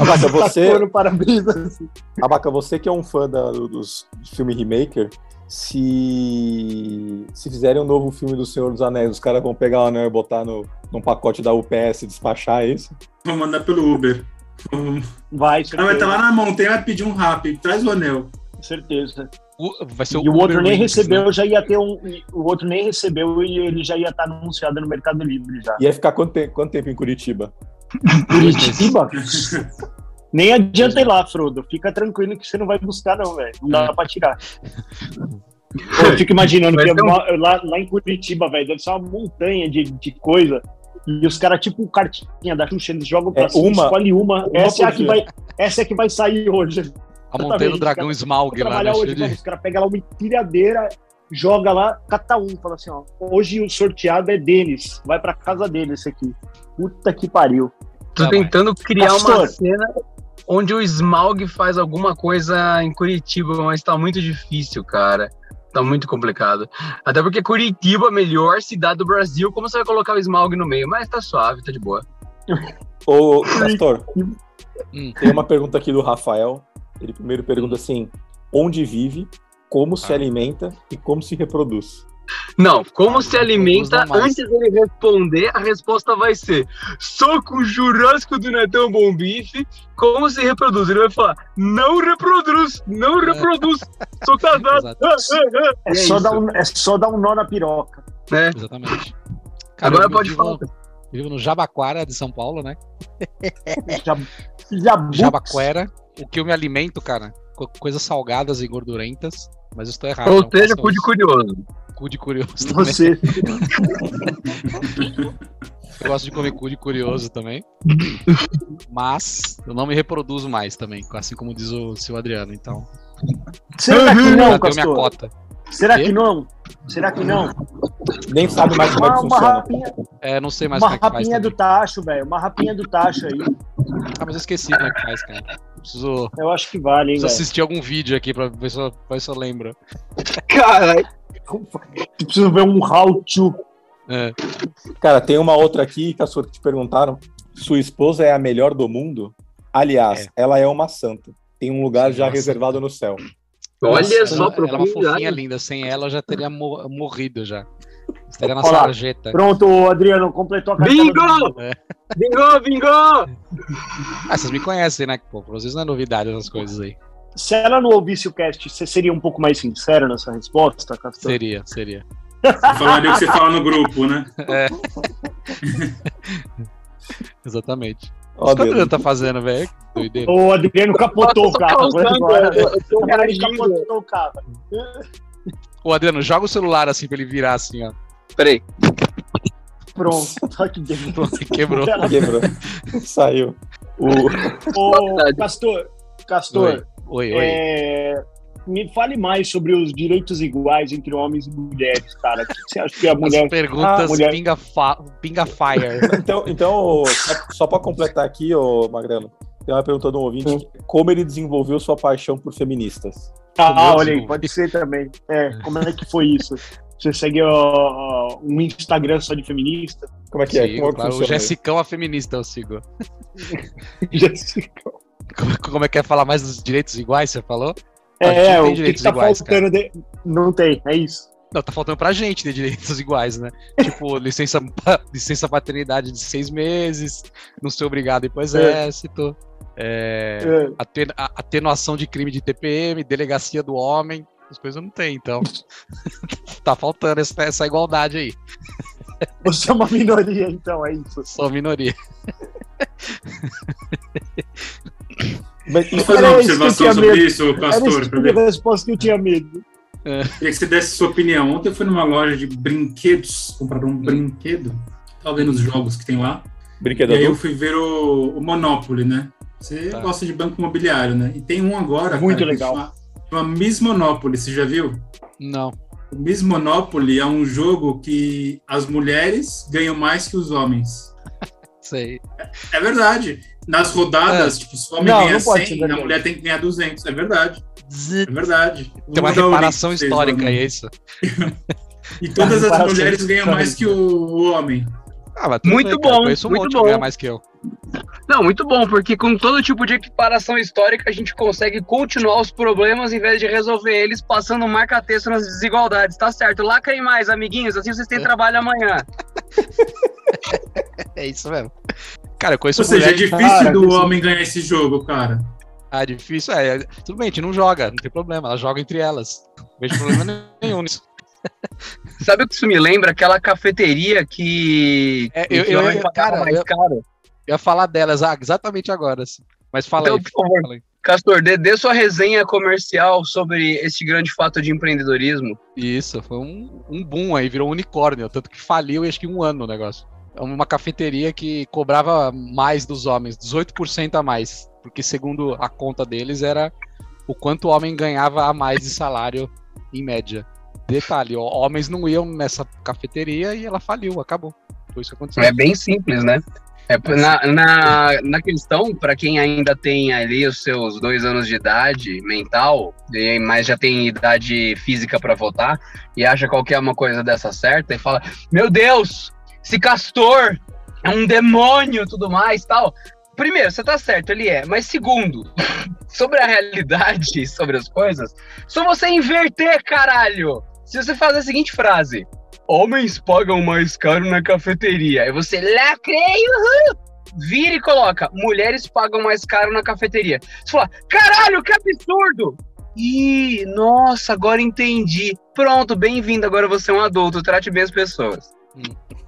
Speaker 1: Abaca, você,
Speaker 3: Castor, o para-brisa. assim.
Speaker 1: Abaca, você que é um fã da- do- dos do filme Remaker, se. Se fizerem um novo filme do Senhor dos Anéis, os caras vão pegar o anel e botar no, num pacote da UPS e despachar esse.
Speaker 4: Vou mandar pelo Uber. Hum.
Speaker 3: Vai,
Speaker 4: O cara
Speaker 3: certeza.
Speaker 4: vai estar lá na montanha, vai pedir um rap, traz o anel.
Speaker 3: certeza.
Speaker 2: O- Vai ser
Speaker 3: E o outro
Speaker 2: Uber
Speaker 3: nem
Speaker 2: Wings,
Speaker 3: recebeu,
Speaker 2: né?
Speaker 3: já ia ter um. e O outro nem recebeu e ele já ia estar anunciado no Mercado Livre já.
Speaker 1: E ia ficar quanto, te- quanto tempo em Curitiba?
Speaker 3: Curitiba? Nem adianta ir lá, Frodo. Fica tranquilo que você não vai buscar, não, velho. Não
Speaker 1: É.
Speaker 3: dá pra tirar. Pô, Eu fico imaginando
Speaker 5: Mas
Speaker 3: que é
Speaker 5: tem um-
Speaker 3: uma- lá, lá em Curitiba, velho, deve ser uma montanha de, de coisa. E os caras, tipo, cartinha da Xuxa, eles jogam pra
Speaker 1: É,
Speaker 3: cima,
Speaker 1: uma-
Speaker 3: escolhe uma.
Speaker 1: uma
Speaker 3: essa, é a
Speaker 1: por
Speaker 3: que
Speaker 1: dia.
Speaker 3: vai, essa é a que vai sair hoje.
Speaker 2: A montanha do
Speaker 3: Exatamente,
Speaker 2: dragão
Speaker 3: cara. Vou
Speaker 2: Smaug lá, né?
Speaker 3: trabalhar hoje,
Speaker 2: Cheio
Speaker 3: mano.
Speaker 2: de...
Speaker 3: Os caras pegam lá uma empilhadeira, joga lá, cata um, fala assim, ó. Hoje o sorteado é deles. Vai pra casa deles esse aqui. Puta que pariu.
Speaker 5: Tô
Speaker 2: Tá,
Speaker 5: tentando criar uma
Speaker 3: Pastor.
Speaker 5: cena onde o Smaug faz alguma coisa em Curitiba, mas tá muito difícil, cara. Tá muito complicado. Até porque Curitiba é a melhor cidade do Brasil. Como você vai colocar o Smaug no meio? Mas tá suave, tá de boa.
Speaker 1: Ô, Castor,
Speaker 2: Hum.
Speaker 1: tem uma pergunta aqui do Rafael. Ele primeiro pergunta assim: onde vive, como se
Speaker 2: Ah.
Speaker 1: alimenta e como se reproduz?
Speaker 5: Não, como
Speaker 2: Ah,
Speaker 5: se
Speaker 2: não
Speaker 5: alimenta,
Speaker 2: produz não mais.
Speaker 5: antes dele responder, a resposta vai ser: só com o Jurássico do Netão Bom Bife, como se reproduz? Ele vai falar: não reproduz, não reproduz, sou casado.
Speaker 2: Exato.
Speaker 5: ah, ah, ah."
Speaker 3: É,
Speaker 5: E
Speaker 3: só
Speaker 5: isso.
Speaker 3: dar um, é só dar um nó na piroca.
Speaker 5: É.
Speaker 2: Exatamente. Cara,
Speaker 5: Agora
Speaker 2: eu
Speaker 5: pode
Speaker 2: vivo-
Speaker 5: falar.
Speaker 2: Vivo no Jabaquara de São Paulo, né?
Speaker 3: Já, já
Speaker 2: Jabaquera. O que eu me alimento, cara? co- Coisas salgadas e gordurentas. Mas eu estou errado.
Speaker 5: Ou
Speaker 2: não
Speaker 5: seja,
Speaker 2: façam
Speaker 5: cu de
Speaker 2: isso.
Speaker 5: curioso.
Speaker 2: cu de curioso também.
Speaker 3: Você.
Speaker 2: Eu gosto de comer cu de curioso também. Mas eu não me reproduzo mais também, assim como diz o seu Adriano. Então,
Speaker 3: Será que
Speaker 2: já
Speaker 3: não,
Speaker 2: deu minha
Speaker 3: Castor?
Speaker 2: cota.
Speaker 3: Será
Speaker 2: Quê?
Speaker 3: que não? Será que não?
Speaker 1: Nem sabe mais como é que
Speaker 3: Uma, uma
Speaker 1: funciona.
Speaker 3: rapinha,
Speaker 2: É, não sei mais
Speaker 3: uma
Speaker 2: como é que faz.
Speaker 3: rapinha do
Speaker 2: também.
Speaker 3: tacho, velho. Uma rapinha do tacho aí.
Speaker 2: Ah, mas eu esqueci como é que faz, cara. Preciso,
Speaker 3: Eu acho que vale, hein,
Speaker 2: preciso
Speaker 3: velho.
Speaker 2: assistir algum vídeo aqui pra ver se eu, ver se eu lembro.
Speaker 5: Caralho.
Speaker 3: Eu Preciso ver um how to.
Speaker 2: É,
Speaker 1: Cara, tem uma outra aqui, Castor, que te perguntaram. Sua esposa é a melhor do mundo? Aliás, ela é uma é santa. Tem um lugar já
Speaker 2: Nossa.
Speaker 1: reservado no céu.
Speaker 5: Olha
Speaker 2: Nossa,
Speaker 5: só, um
Speaker 2: ela, ela é uma fofinha
Speaker 5: profundidade.
Speaker 2: linda. Sem ela eu já teria mor- morrido já. Estaria na
Speaker 3: Olha lá.
Speaker 2: sarjeta.
Speaker 3: Pronto, Adriano, completou a cartela.
Speaker 5: Bingo!
Speaker 2: É.
Speaker 5: Bingo, bingo!
Speaker 2: Ah, vocês me conhecem, né? Pô, pra vocês não é novidade essas coisas aí.
Speaker 3: Se ela não ouvisse o cast, você seria um pouco mais sincero na sua resposta, Castor?
Speaker 2: Seria, seria.
Speaker 4: Eu Falaria o que você fala no grupo, né?
Speaker 2: Exatamente.
Speaker 1: Ó,
Speaker 2: Isso que o
Speaker 1: Deus.
Speaker 2: Adriano tá fazendo, velho. Que Doideira.
Speaker 3: O Adriano capotou o carro.
Speaker 5: Nossa, eu tô
Speaker 3: agora.
Speaker 5: causando, eu tô
Speaker 3: O cara
Speaker 5: reagindo.
Speaker 3: capotou o carro.
Speaker 2: Ô, Adriano, joga o celular assim pra ele virar assim, ó.
Speaker 5: Peraí.
Speaker 3: Pronto, tá olha que delícia.
Speaker 2: Quebrou.
Speaker 1: Quebrou. Saiu. O...
Speaker 3: Ô, Castor, Castor,
Speaker 2: Oi, oi.
Speaker 3: é, me fale mais sobre os direitos iguais entre homens e mulheres, cara. O que você acha que a mulher.
Speaker 2: As perguntas
Speaker 3: Ah, mulher.
Speaker 2: pinga, fa- pinga fire.
Speaker 1: Então, então só- só para completar aqui, ô Magrano, tem uma pergunta de um ouvinte: como ele desenvolveu sua paixão por feministas?
Speaker 3: Ah,
Speaker 2: Deus,
Speaker 3: olha aí,
Speaker 2: não.
Speaker 3: pode ser também. É, como é que foi isso? Você segue ó, ó, um Instagram só de feminista?
Speaker 1: Como é que é?
Speaker 2: Sigo,
Speaker 1: Como é que
Speaker 2: claro, o
Speaker 1: funciona? isso?
Speaker 2: Jessicão a feminista eu sigo.
Speaker 3: Já se-
Speaker 2: Como, como é que é falar mais dos direitos iguais, você falou? A gente
Speaker 3: É,
Speaker 2: não tem
Speaker 3: o que,
Speaker 2: direitos
Speaker 3: que tá
Speaker 2: iguais,
Speaker 3: faltando de- Não tem, é isso.
Speaker 2: Não, tá faltando pra gente ter direitos iguais, né? Tipo, licença, pa- licença paternidade de seis meses, não ser obrigado ir pro exército, é,
Speaker 3: É.
Speaker 2: atenu- a- atenuação de crime de TPM, delegacia do homem, as coisas não tem, então. tá faltando essa, essa igualdade aí.
Speaker 3: Você é uma minoria, então, é isso.
Speaker 2: Sou minoria.
Speaker 1: Mas
Speaker 4: Posso
Speaker 1: isso-
Speaker 4: fazer uma
Speaker 3: Era isso que eu
Speaker 4: observação
Speaker 3: tinha
Speaker 4: sobre
Speaker 3: medo.
Speaker 4: isso,
Speaker 3: Era
Speaker 4: Castor?
Speaker 3: esse
Speaker 4: pra
Speaker 3: tipo
Speaker 4: ver?
Speaker 3: de resposta que eu tinha medo.
Speaker 4: Queria que você desse sua opinião. Ontem eu fui numa loja de brinquedos, comprar um brinquedo. Tava vendo os jogos que tem lá. E
Speaker 1: Brinquedo
Speaker 4: aí eu
Speaker 1: adulto?
Speaker 4: fui ver o, o Monopoly, né? Você
Speaker 2: Tá.
Speaker 4: gosta de banco imobiliário, né? E tem um agora.
Speaker 3: Muito
Speaker 4: que
Speaker 3: legal.
Speaker 4: Chama, chama Miss Monopoly, você já viu?
Speaker 2: Não.
Speaker 4: O Miss Monopoly é um jogo que as mulheres ganham mais que os homens.
Speaker 2: Sei.
Speaker 4: É verdade. Nas rodadas, tipo, se o homem
Speaker 3: É. Não,
Speaker 4: ganha
Speaker 3: não pode ser
Speaker 4: 100, a
Speaker 3: verdade.
Speaker 4: mulher tem que ganhar 200. É verdade, é verdade.
Speaker 2: Tem uma
Speaker 4: Vou dar o link
Speaker 2: reparação
Speaker 4: pra vocês,
Speaker 2: histórica
Speaker 4: mano.
Speaker 2: aí, é isso?
Speaker 4: E todas as
Speaker 3: Reparação
Speaker 4: mulheres ganham mais que o homem.
Speaker 2: Ah, mas
Speaker 5: Muito
Speaker 2: bem, cara,
Speaker 5: bom,
Speaker 2: eu conheço um
Speaker 5: muito
Speaker 2: monte
Speaker 5: bom.
Speaker 2: que ganha mais que eu.
Speaker 5: Não, muito bom, porque com todo tipo de equiparação histórica a gente consegue continuar os problemas em vez de resolver eles passando marca-texto nas desigualdades. Tá certo, lacrem mais, amiguinhos, assim vocês têm trabalho amanhã.
Speaker 2: É isso mesmo. Cara, eu conheço
Speaker 4: Ou seja, é
Speaker 2: mulher que-
Speaker 4: difícil
Speaker 3: Cara,
Speaker 4: do
Speaker 3: que-
Speaker 4: homem ganhar esse jogo, cara.
Speaker 2: Ah, difícil. É, é, tudo bem, a gente não joga, não tem problema. Ela joga entre elas. Não vejo problema nenhum nisso.
Speaker 5: Sabe o que isso me lembra? Aquela cafeteria que.
Speaker 2: É, eu-
Speaker 5: que
Speaker 2: eu-
Speaker 5: homem
Speaker 2: eu-
Speaker 5: pagava
Speaker 2: cara,
Speaker 5: mais
Speaker 2: eu-
Speaker 5: caro.
Speaker 2: Eu ia falar delas ah, exatamente agora. assim. Mas fala
Speaker 5: Então,
Speaker 2: aí.
Speaker 5: por favor.
Speaker 2: fala aí.
Speaker 5: Castor, dê, dê sua resenha comercial sobre este grande fato de empreendedorismo.
Speaker 2: Isso, foi um, um boom aí, virou um unicórnio. Tanto que faliu e acho que um ano o negócio. É uma cafeteria que cobrava mais dos homens, 18% a mais. Porque segundo a conta deles, era o quanto o homem ganhava a mais de salário em média. Detalhe, ó, homens não iam nessa cafeteria e ela faliu, acabou. Foi isso que aconteceu.
Speaker 5: É bem simples, né? É, na, na, na questão, para quem ainda tem ali os seus dois anos de idade mental, e- mas já tem idade física para votar, e acha qualquer uma coisa dessa certa, e fala: Meu Deus, esse castor é um demônio tudo mais tal. Primeiro, você tá certo, ele é. Mas segundo, sobre a realidade, sobre as coisas, só você inverter, caralho. Se você fazer a seguinte frase: Homens pagam mais caro na cafeteria. Aí você lacrei, uhul! Vira e coloca: Mulheres pagam mais caro na cafeteria. Você fala: Caralho, que absurdo! Ih, nossa, agora entendi. Pronto, bem-vindo. Agora você é um adulto. Trate bem as pessoas.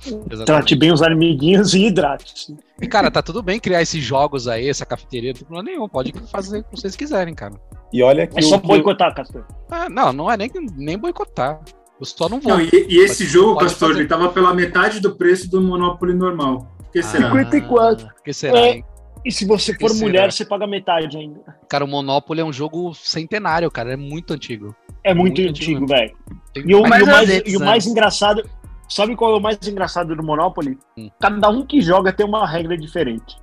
Speaker 2: Exatamente.
Speaker 3: Trate bem os amiguinhos e hidrate.
Speaker 2: E, cara, tá tudo bem criar esses jogos aí, essa cafeteria, não tem problema nenhum. Pode fazer o que vocês quiserem, cara.
Speaker 1: E olha que
Speaker 3: É só
Speaker 1: o que o-
Speaker 3: boicotar, Castor.
Speaker 2: Ah, não, não é nem, nem boicotar. Eu só não vou.
Speaker 4: Não, e, e esse jogo,
Speaker 2: pode
Speaker 4: Castor,
Speaker 2: fazer.
Speaker 4: ele tava pela metade do preço do Monopoly normal. Por que será?
Speaker 3: 54.
Speaker 2: Ah, que será,
Speaker 3: É.
Speaker 2: hein?
Speaker 3: E se você for
Speaker 2: Que será?
Speaker 3: mulher, você paga metade ainda.
Speaker 2: Cara, o Monopoly é um jogo centenário, cara. É muito antigo.
Speaker 3: É muito,
Speaker 2: Muito
Speaker 3: antigo,
Speaker 2: antigo.
Speaker 3: velho.
Speaker 2: Tem
Speaker 3: E o,
Speaker 5: Mas
Speaker 3: e o
Speaker 5: às
Speaker 3: mais,
Speaker 5: vezes, né?
Speaker 3: e o mais engraçado. Sabe qual é o mais engraçado do Monopoly?
Speaker 2: Hum.
Speaker 3: Cada um que joga tem uma regra diferente.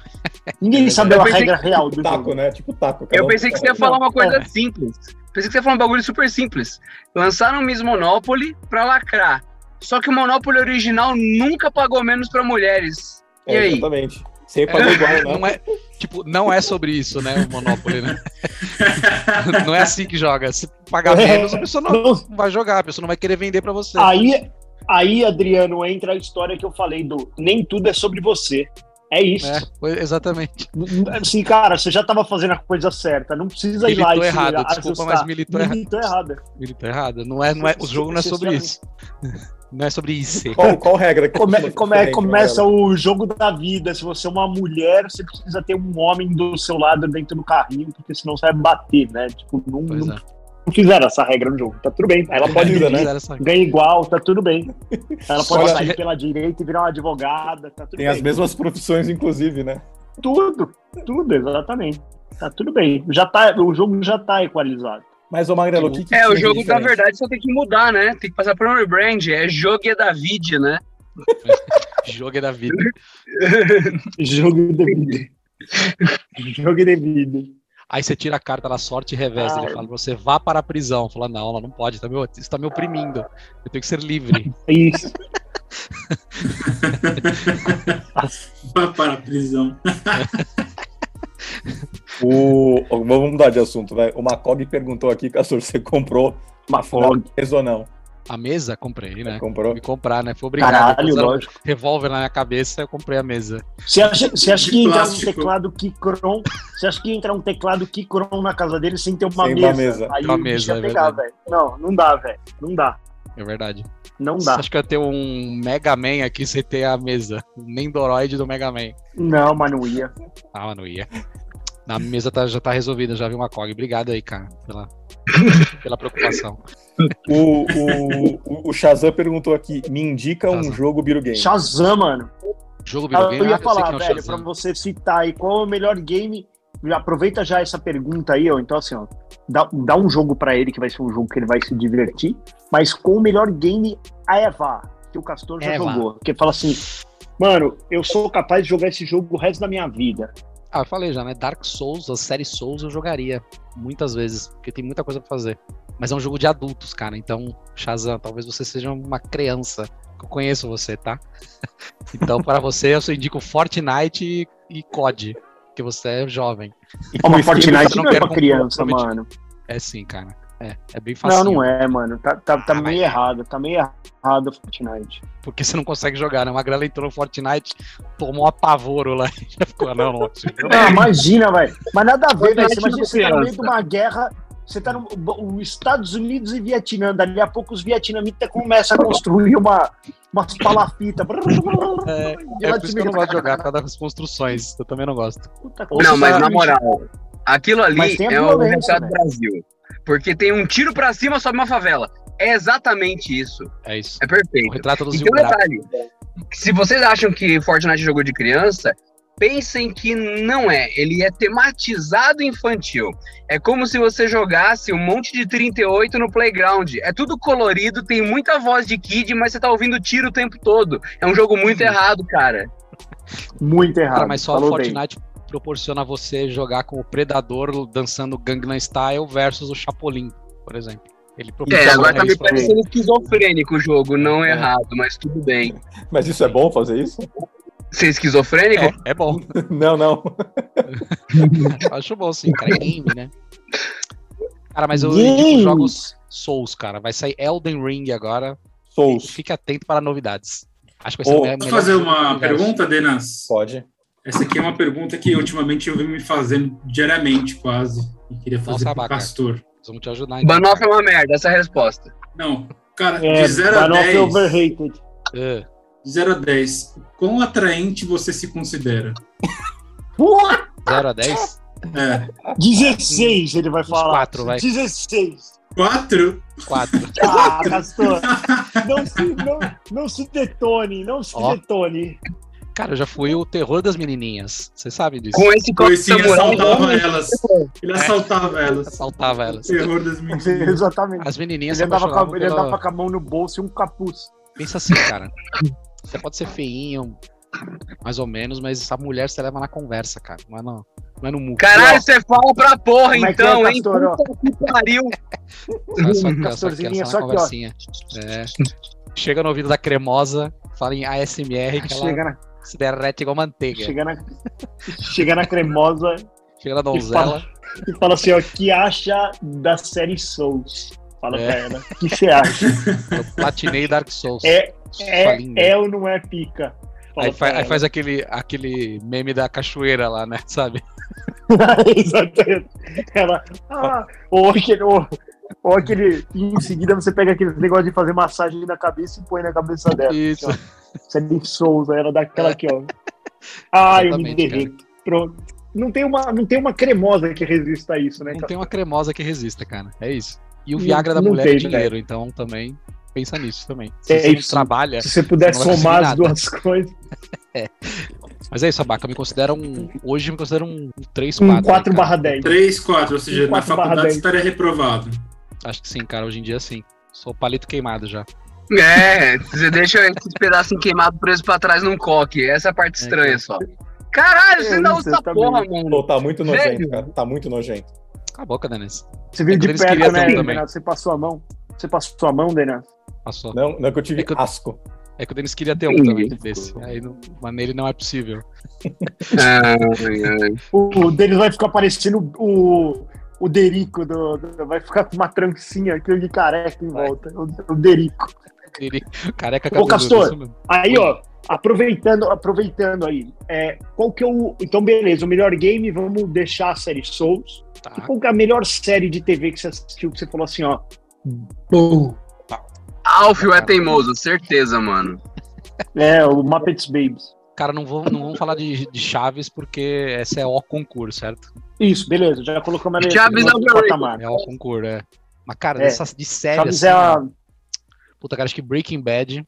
Speaker 3: Ninguém
Speaker 2: É Tá
Speaker 3: sabe a
Speaker 5: verdade. Eu pensei
Speaker 3: regra real do
Speaker 1: taco,
Speaker 3: jogo.
Speaker 1: né? Tipo taco. cada
Speaker 5: Eu
Speaker 1: um-
Speaker 5: pensei que você ia
Speaker 3: Não,
Speaker 5: falar uma coisa
Speaker 2: é.
Speaker 5: simples. Pensei que você ia falar um bagulho super simples. Lançaram o Miss Monopoly pra lacrar. Só que o Monopoly original nunca pagou menos pra mulheres. E
Speaker 1: É,
Speaker 5: aí?
Speaker 1: Exatamente. Sempre fazer igual, né?
Speaker 2: Não é, tipo, não é sobre isso, né? O Monopoly, né? Não é assim que joga. Se pagar
Speaker 3: É.
Speaker 2: menos, a pessoa não
Speaker 3: Não,
Speaker 2: vai jogar, a pessoa não vai querer vender pra você.
Speaker 3: aí, aí, Adriano, entra a história que eu falei do nem tudo é sobre você. É isso.
Speaker 2: É, foi- exatamente. É.
Speaker 3: Assim, cara, você já tava fazendo a coisa certa. Não precisa ir lá
Speaker 2: Militou
Speaker 3: e se
Speaker 2: errado, desculpa,
Speaker 3: ajustar.
Speaker 2: mas militou errado.
Speaker 3: Militou errada.
Speaker 2: Militou errado. Não é, não é, o jogo não é sobre isso. Não é sobre isso.
Speaker 1: Qual, qual regra? que
Speaker 3: Come,
Speaker 1: você
Speaker 3: come-
Speaker 1: tem,
Speaker 3: começa o jogo da vida. Se você é uma mulher, você precisa ter um homem do seu lado dentro do carrinho, porque senão você vai bater, né? Tipo, não,
Speaker 2: Pois
Speaker 3: não,
Speaker 2: é.
Speaker 3: não fizeram essa regra no jogo. Tá tudo bem. Ela pode
Speaker 1: Ainda, né?
Speaker 3: ganhar
Speaker 2: Fizeram essa-
Speaker 3: igual, tá tudo bem. Ela pode
Speaker 1: Olha-
Speaker 3: sair pela direita e virar uma advogada, tá tudo
Speaker 1: Tem
Speaker 3: bem.
Speaker 1: as mesmas profissões, inclusive, né?
Speaker 3: Tudo, tudo, exatamente. Tá tudo bem. Já tá, o jogo já tá equalizado.
Speaker 1: Mas, ô Magrelo, o que, que
Speaker 5: É,
Speaker 1: tinha
Speaker 5: o
Speaker 1: de
Speaker 5: jogo, na
Speaker 1: diferente?
Speaker 5: verdade, só tem que mudar, né? Tem que passar por um rebrand. É jogo é da Vid, né?
Speaker 2: Jogo é da vida.
Speaker 3: Jogo de vida. Jogo de vida.
Speaker 2: Aí você tira a carta da sorte e reveza.
Speaker 3: Ah.
Speaker 2: Ele fala pra você, vá para a prisão. Fala, não, ela não pode, tá me, isso tá me oprimindo. Eu tenho que ser livre.
Speaker 3: É Isso.
Speaker 4: Vá para a prisão.
Speaker 1: O... Vamos mudar de assunto, vai. O Macog perguntou aqui, Castor, você comprou
Speaker 3: Uma
Speaker 1: Macog
Speaker 3: foto.
Speaker 1: ou não?
Speaker 2: A mesa, comprei, né?
Speaker 1: Comprou?
Speaker 2: Me comprar, né? Foi obrigado.
Speaker 3: Caralho,
Speaker 2: Puseram
Speaker 3: lógico.
Speaker 2: um revólver na minha cabeça, eu comprei a mesa.
Speaker 3: Você acha, você acha
Speaker 4: De
Speaker 3: que entra um
Speaker 4: plástico.
Speaker 3: teclado Kikron? Você acha que entra um teclado Kikron na casa dele sem ter uma
Speaker 1: Sem
Speaker 3: mesa?
Speaker 1: uma mesa.
Speaker 3: Aí
Speaker 2: Uma
Speaker 3: o bicho
Speaker 2: mesa,
Speaker 3: ia
Speaker 2: é
Speaker 3: pegar, velho. Não, não dá, velho. Não dá.
Speaker 2: É verdade.
Speaker 3: Não
Speaker 2: Você
Speaker 3: dá.
Speaker 2: acha que eu ia ter um Mega Man aqui sem ter a mesa? Nem Doroid do Mega Man.
Speaker 3: Não, mas não ia.
Speaker 2: Ah, mas não ia. Na mesa tá- já tá resolvida, já vi uma COG. Obrigado aí, cara, pela, pela preocupação.
Speaker 1: O, o, o- o Shazam perguntou aqui, me indica um
Speaker 2: Shazam.
Speaker 1: jogo Biro Game.
Speaker 3: Shazam, mano.
Speaker 2: Jogo
Speaker 3: Eu,
Speaker 2: videogame,
Speaker 3: ia
Speaker 2: ah, eu sei
Speaker 3: falar,
Speaker 2: que é o
Speaker 3: velho, pra
Speaker 2: Shazam.
Speaker 3: você citar aí qual é o melhor game. Já Aproveita já essa pergunta aí, ó. Então, assim, ó, dá, dá um jogo pra ele que vai ser um jogo que ele vai se divertir, mas com o melhor game a Eva, que o Castor já
Speaker 2: Eva.
Speaker 3: jogou. Porque fala assim, mano, eu sou capaz de jogar esse jogo o resto da minha vida.
Speaker 2: Ah, eu falei já, né? Dark Souls, a série Souls eu jogaria muitas vezes, porque tem muita coisa pra fazer. Mas é um jogo de adultos, cara. Então, Shazam, talvez você seja uma criança. que Eu conheço você, tá? Então, para você, eu só indico Fortnite e, e COD, porque você é jovem.
Speaker 1: E
Speaker 3: Uma
Speaker 1: com
Speaker 3: Fortnite
Speaker 2: não
Speaker 3: não é
Speaker 2: quer
Speaker 3: pra criança,
Speaker 2: comprometer.
Speaker 3: mano.
Speaker 2: É sim, cara. É, é bem fácil.
Speaker 3: Não, não é, mano. Tá, tá, tá
Speaker 2: Ah,
Speaker 3: meio errado. Tá meio errado o Fortnite.
Speaker 2: Porque você não consegue jogar, né? Uma grela entrou no Fortnite, tomou um apavoro lá e já ficou, "Ah, não, não. isso não
Speaker 3: Não, imagina, velho. Mas nada a ver, velho. Você
Speaker 5: Fortnite
Speaker 3: imagina
Speaker 5: não
Speaker 3: você tá no meio de
Speaker 5: criança.
Speaker 3: uma guerra. Você tá no os Estados Unidos e Vietnã. Dali a pouco os vietnamitas começam a construir uma, umas palafitas.
Speaker 2: É,
Speaker 3: E
Speaker 2: É
Speaker 3: ela
Speaker 2: por
Speaker 3: te
Speaker 2: isso que eu não
Speaker 3: liga,
Speaker 2: gosto de jogar, por causa das construções. Eu também não gosto.
Speaker 3: puta que
Speaker 5: não, mas
Speaker 3: pariu.
Speaker 5: na moral, aquilo
Speaker 3: tá Mas
Speaker 5: ali
Speaker 3: tem a
Speaker 5: é o
Speaker 3: violência,
Speaker 5: resultado do
Speaker 3: velho.
Speaker 5: Brasil. Porque tem um tiro pra cima, sobe uma favela. É exatamente isso.
Speaker 2: É isso.
Speaker 5: É
Speaker 3: Então,
Speaker 2: O
Speaker 5: perfeito.
Speaker 2: retrato do
Speaker 5: E
Speaker 2: Zil
Speaker 5: tem um
Speaker 3: é
Speaker 5: detalhe. Se vocês acham que Fortnite é jogo de criança, pensem que não é. Ele é tematizado infantil. É como se você jogasse um monte de 38 no playground. É tudo colorido, tem muita voz de kid, mas você tá ouvindo tiro o tempo todo. É um jogo muito errado, cara.
Speaker 3: Muito errado.
Speaker 2: Cara, mas só o
Speaker 3: Falou bem.
Speaker 2: Fortnite proporciona você jogar com o Predador dançando Gangnam Style versus o Chapolin, por exemplo. Ele
Speaker 5: É,
Speaker 2: proporciona
Speaker 5: agora tá me
Speaker 2: isso pra você.
Speaker 5: parecendo esquizofrênico o jogo, não é
Speaker 2: É.
Speaker 5: errado, mas tudo bem.
Speaker 1: Mas isso é bom fazer isso?
Speaker 5: Ser esquizofrênico?
Speaker 2: É, é bom.
Speaker 1: Não, não.
Speaker 2: Acho bom sim, cara. É game, né? Cara, mas eu
Speaker 3: Games.
Speaker 2: indico jogos Souls, cara. Vai sair Elden Ring agora.
Speaker 1: Souls.
Speaker 2: Fique atento para novidades. Acho que vai ser
Speaker 1: Ô,
Speaker 2: o me-
Speaker 4: Posso
Speaker 2: melhor
Speaker 4: fazer
Speaker 2: jogo do
Speaker 4: uma
Speaker 2: universo.
Speaker 4: pergunta, Denas?
Speaker 1: Pode.
Speaker 4: Essa aqui é uma pergunta que ultimamente eu venho me fazendo diariamente, quase. E queria fazer
Speaker 2: Nossa,
Speaker 4: pro
Speaker 2: vaca.
Speaker 4: Castor.
Speaker 2: Nós Vamos te ajudar. então,
Speaker 5: Banoff é
Speaker 2: cara.
Speaker 5: uma merda, essa é a resposta.
Speaker 4: Não, cara,
Speaker 3: É,
Speaker 4: de 0 a
Speaker 3: Banoff
Speaker 4: 10.
Speaker 3: overrated.
Speaker 2: Ah.
Speaker 4: De 0 a 10, quão atraente você se considera?
Speaker 3: Porra,
Speaker 2: 0 a 10?
Speaker 4: É,
Speaker 3: 16 ele vai falar.
Speaker 2: quatro, vai.
Speaker 3: 16.
Speaker 4: 4?
Speaker 2: 4.
Speaker 3: Ah, Castor, não se, não, não se detone, não se
Speaker 2: Ó.
Speaker 3: detone.
Speaker 2: Cara, eu já fui o terror das menininhas. Você sabe disso?
Speaker 5: Com esse copo
Speaker 4: Coisinha
Speaker 5: samurai,
Speaker 4: assaltava elas. Ele assaltava elas.
Speaker 2: Assaltava elas.
Speaker 4: Terror das meninas.
Speaker 3: Exatamente.
Speaker 2: As menininhas
Speaker 3: Ele
Speaker 2: se
Speaker 3: andava, com
Speaker 2: apaixonavam
Speaker 3: a, ele
Speaker 2: pela-
Speaker 3: andava com a mão no bolso e um capuz.
Speaker 2: Pensa assim, cara. Você pode ser feinho, mais ou menos, mas a mulher você leva na conversa, cara. Não é no, não é no muco.
Speaker 5: Caralho, você fala pra porra,
Speaker 3: Como é que é,
Speaker 5: então, hein?
Speaker 3: Castor, ó?
Speaker 5: Puta que pariu.
Speaker 2: Não é só, não é só,
Speaker 3: Castorzinho,
Speaker 2: é só
Speaker 3: é só
Speaker 2: na
Speaker 3: aqui, ó.
Speaker 2: conversinha. É. Chega no ouvido da cremosa, fala em ASMR, que ela
Speaker 3: Chega na...
Speaker 2: Se derrete igual manteiga.
Speaker 3: Chega na, chega na cremosa
Speaker 2: Chega na donzela.
Speaker 3: e fala assim, ó, que acha da série Souls? Fala
Speaker 2: É.
Speaker 3: pra ela. O que você acha?
Speaker 2: Eu platinei Dark Souls.
Speaker 3: É,
Speaker 2: Sua linda.
Speaker 3: é, é ou não é pica? Fala
Speaker 2: Aí, fa-
Speaker 3: pra
Speaker 2: aí
Speaker 3: ela.
Speaker 2: faz aquele, aquele meme da cachoeira lá, né? Sabe?
Speaker 3: Exatamente. Ela, ah, ou aquele, ou, ou aquele, e em seguida você pega aquele negócio de fazer massagem na cabeça e põe na cabeça dela.
Speaker 2: Isso.
Speaker 3: Você de Souza, ela dá aquela aqui, ó. Ah, eu
Speaker 2: É.
Speaker 3: me
Speaker 2: Exatamente, cara.
Speaker 3: derreto. Pronto. Não tem, uma, não tem uma cremosa que resista a isso, né,
Speaker 2: Não
Speaker 3: cara?
Speaker 2: tem uma cremosa que resista, cara. É isso. E o
Speaker 3: Não-
Speaker 2: Viagra da
Speaker 3: não
Speaker 2: mulher
Speaker 3: tem,
Speaker 2: é dinheiro, então também pensa nisso também. Se
Speaker 3: É
Speaker 2: você não
Speaker 3: isso.
Speaker 2: trabalha.
Speaker 3: Se você puder
Speaker 2: Não vai conseguir
Speaker 3: somar as
Speaker 2: nada.
Speaker 3: duas coisas,
Speaker 2: Mas é isso, Abaca. Eu me considero um. Hoje eu me considero um 3, 4.
Speaker 3: um 4 barra 10.
Speaker 4: 3, 4, ou seja, na
Speaker 3: 4 barra
Speaker 4: faculdade
Speaker 3: 10.
Speaker 4: você estaria reprovado.
Speaker 2: Acho que sim, cara. Hoje em dia sim. Sou palito queimado já.
Speaker 5: É, você deixa esse pedacinho queimado preso pra trás num coque. Essa é a parte
Speaker 2: É,
Speaker 5: estranha só. Caralho, você
Speaker 3: É
Speaker 5: não
Speaker 3: isso,
Speaker 5: usa essa
Speaker 3: tá
Speaker 5: porra, mano.
Speaker 1: Pô, tá muito nojento,
Speaker 5: Velho.
Speaker 1: cara. Tá muito nojento.
Speaker 2: Cala a boca, Denis.
Speaker 3: Você viu
Speaker 2: É
Speaker 3: de
Speaker 2: quando eles queriam
Speaker 3: perto, né,
Speaker 2: também.
Speaker 3: Renato? Você passou a mão. Você passou a mão, Denato?
Speaker 2: Passou.
Speaker 1: Não, não é que eu tive
Speaker 2: É que eu-
Speaker 1: asco.
Speaker 2: É que o Denis queria ter um
Speaker 5: Entendi.
Speaker 2: também desse. Aí não, mas nele não é possível.
Speaker 5: Ah, Ai, ai.
Speaker 3: O, o deles vai ficar parecendo o, o Derico. Do, do- vai ficar com uma trancinha aqui de careca em
Speaker 2: Vai.
Speaker 3: volta. O, o Derico.
Speaker 2: Ele, careca
Speaker 3: Ô, Castor.
Speaker 2: isso mesmo.
Speaker 3: Aí, ó, aproveitando, aproveitando aí. É, qual que é o. Então, beleza, o melhor game, vamos deixar a série Souls.
Speaker 2: Tá.
Speaker 3: E qual que é a melhor série de TV que você assistiu que você falou assim, ó?
Speaker 5: Alfio é teimoso, certeza, mano.
Speaker 3: É, o Muppets Babies.
Speaker 2: Cara, não, vou, não vamos falar de, de Chaves porque essa é o concurso, certo?
Speaker 3: Isso, beleza, já colocamos ela
Speaker 5: Chaves
Speaker 3: no
Speaker 5: é o
Speaker 3: patamar.
Speaker 2: É o concurso, é. Mas, cara,
Speaker 3: É.
Speaker 2: dessas de série.
Speaker 3: Chaves
Speaker 2: assim,
Speaker 3: é a.
Speaker 2: Puta, cara, acho que Breaking Bad.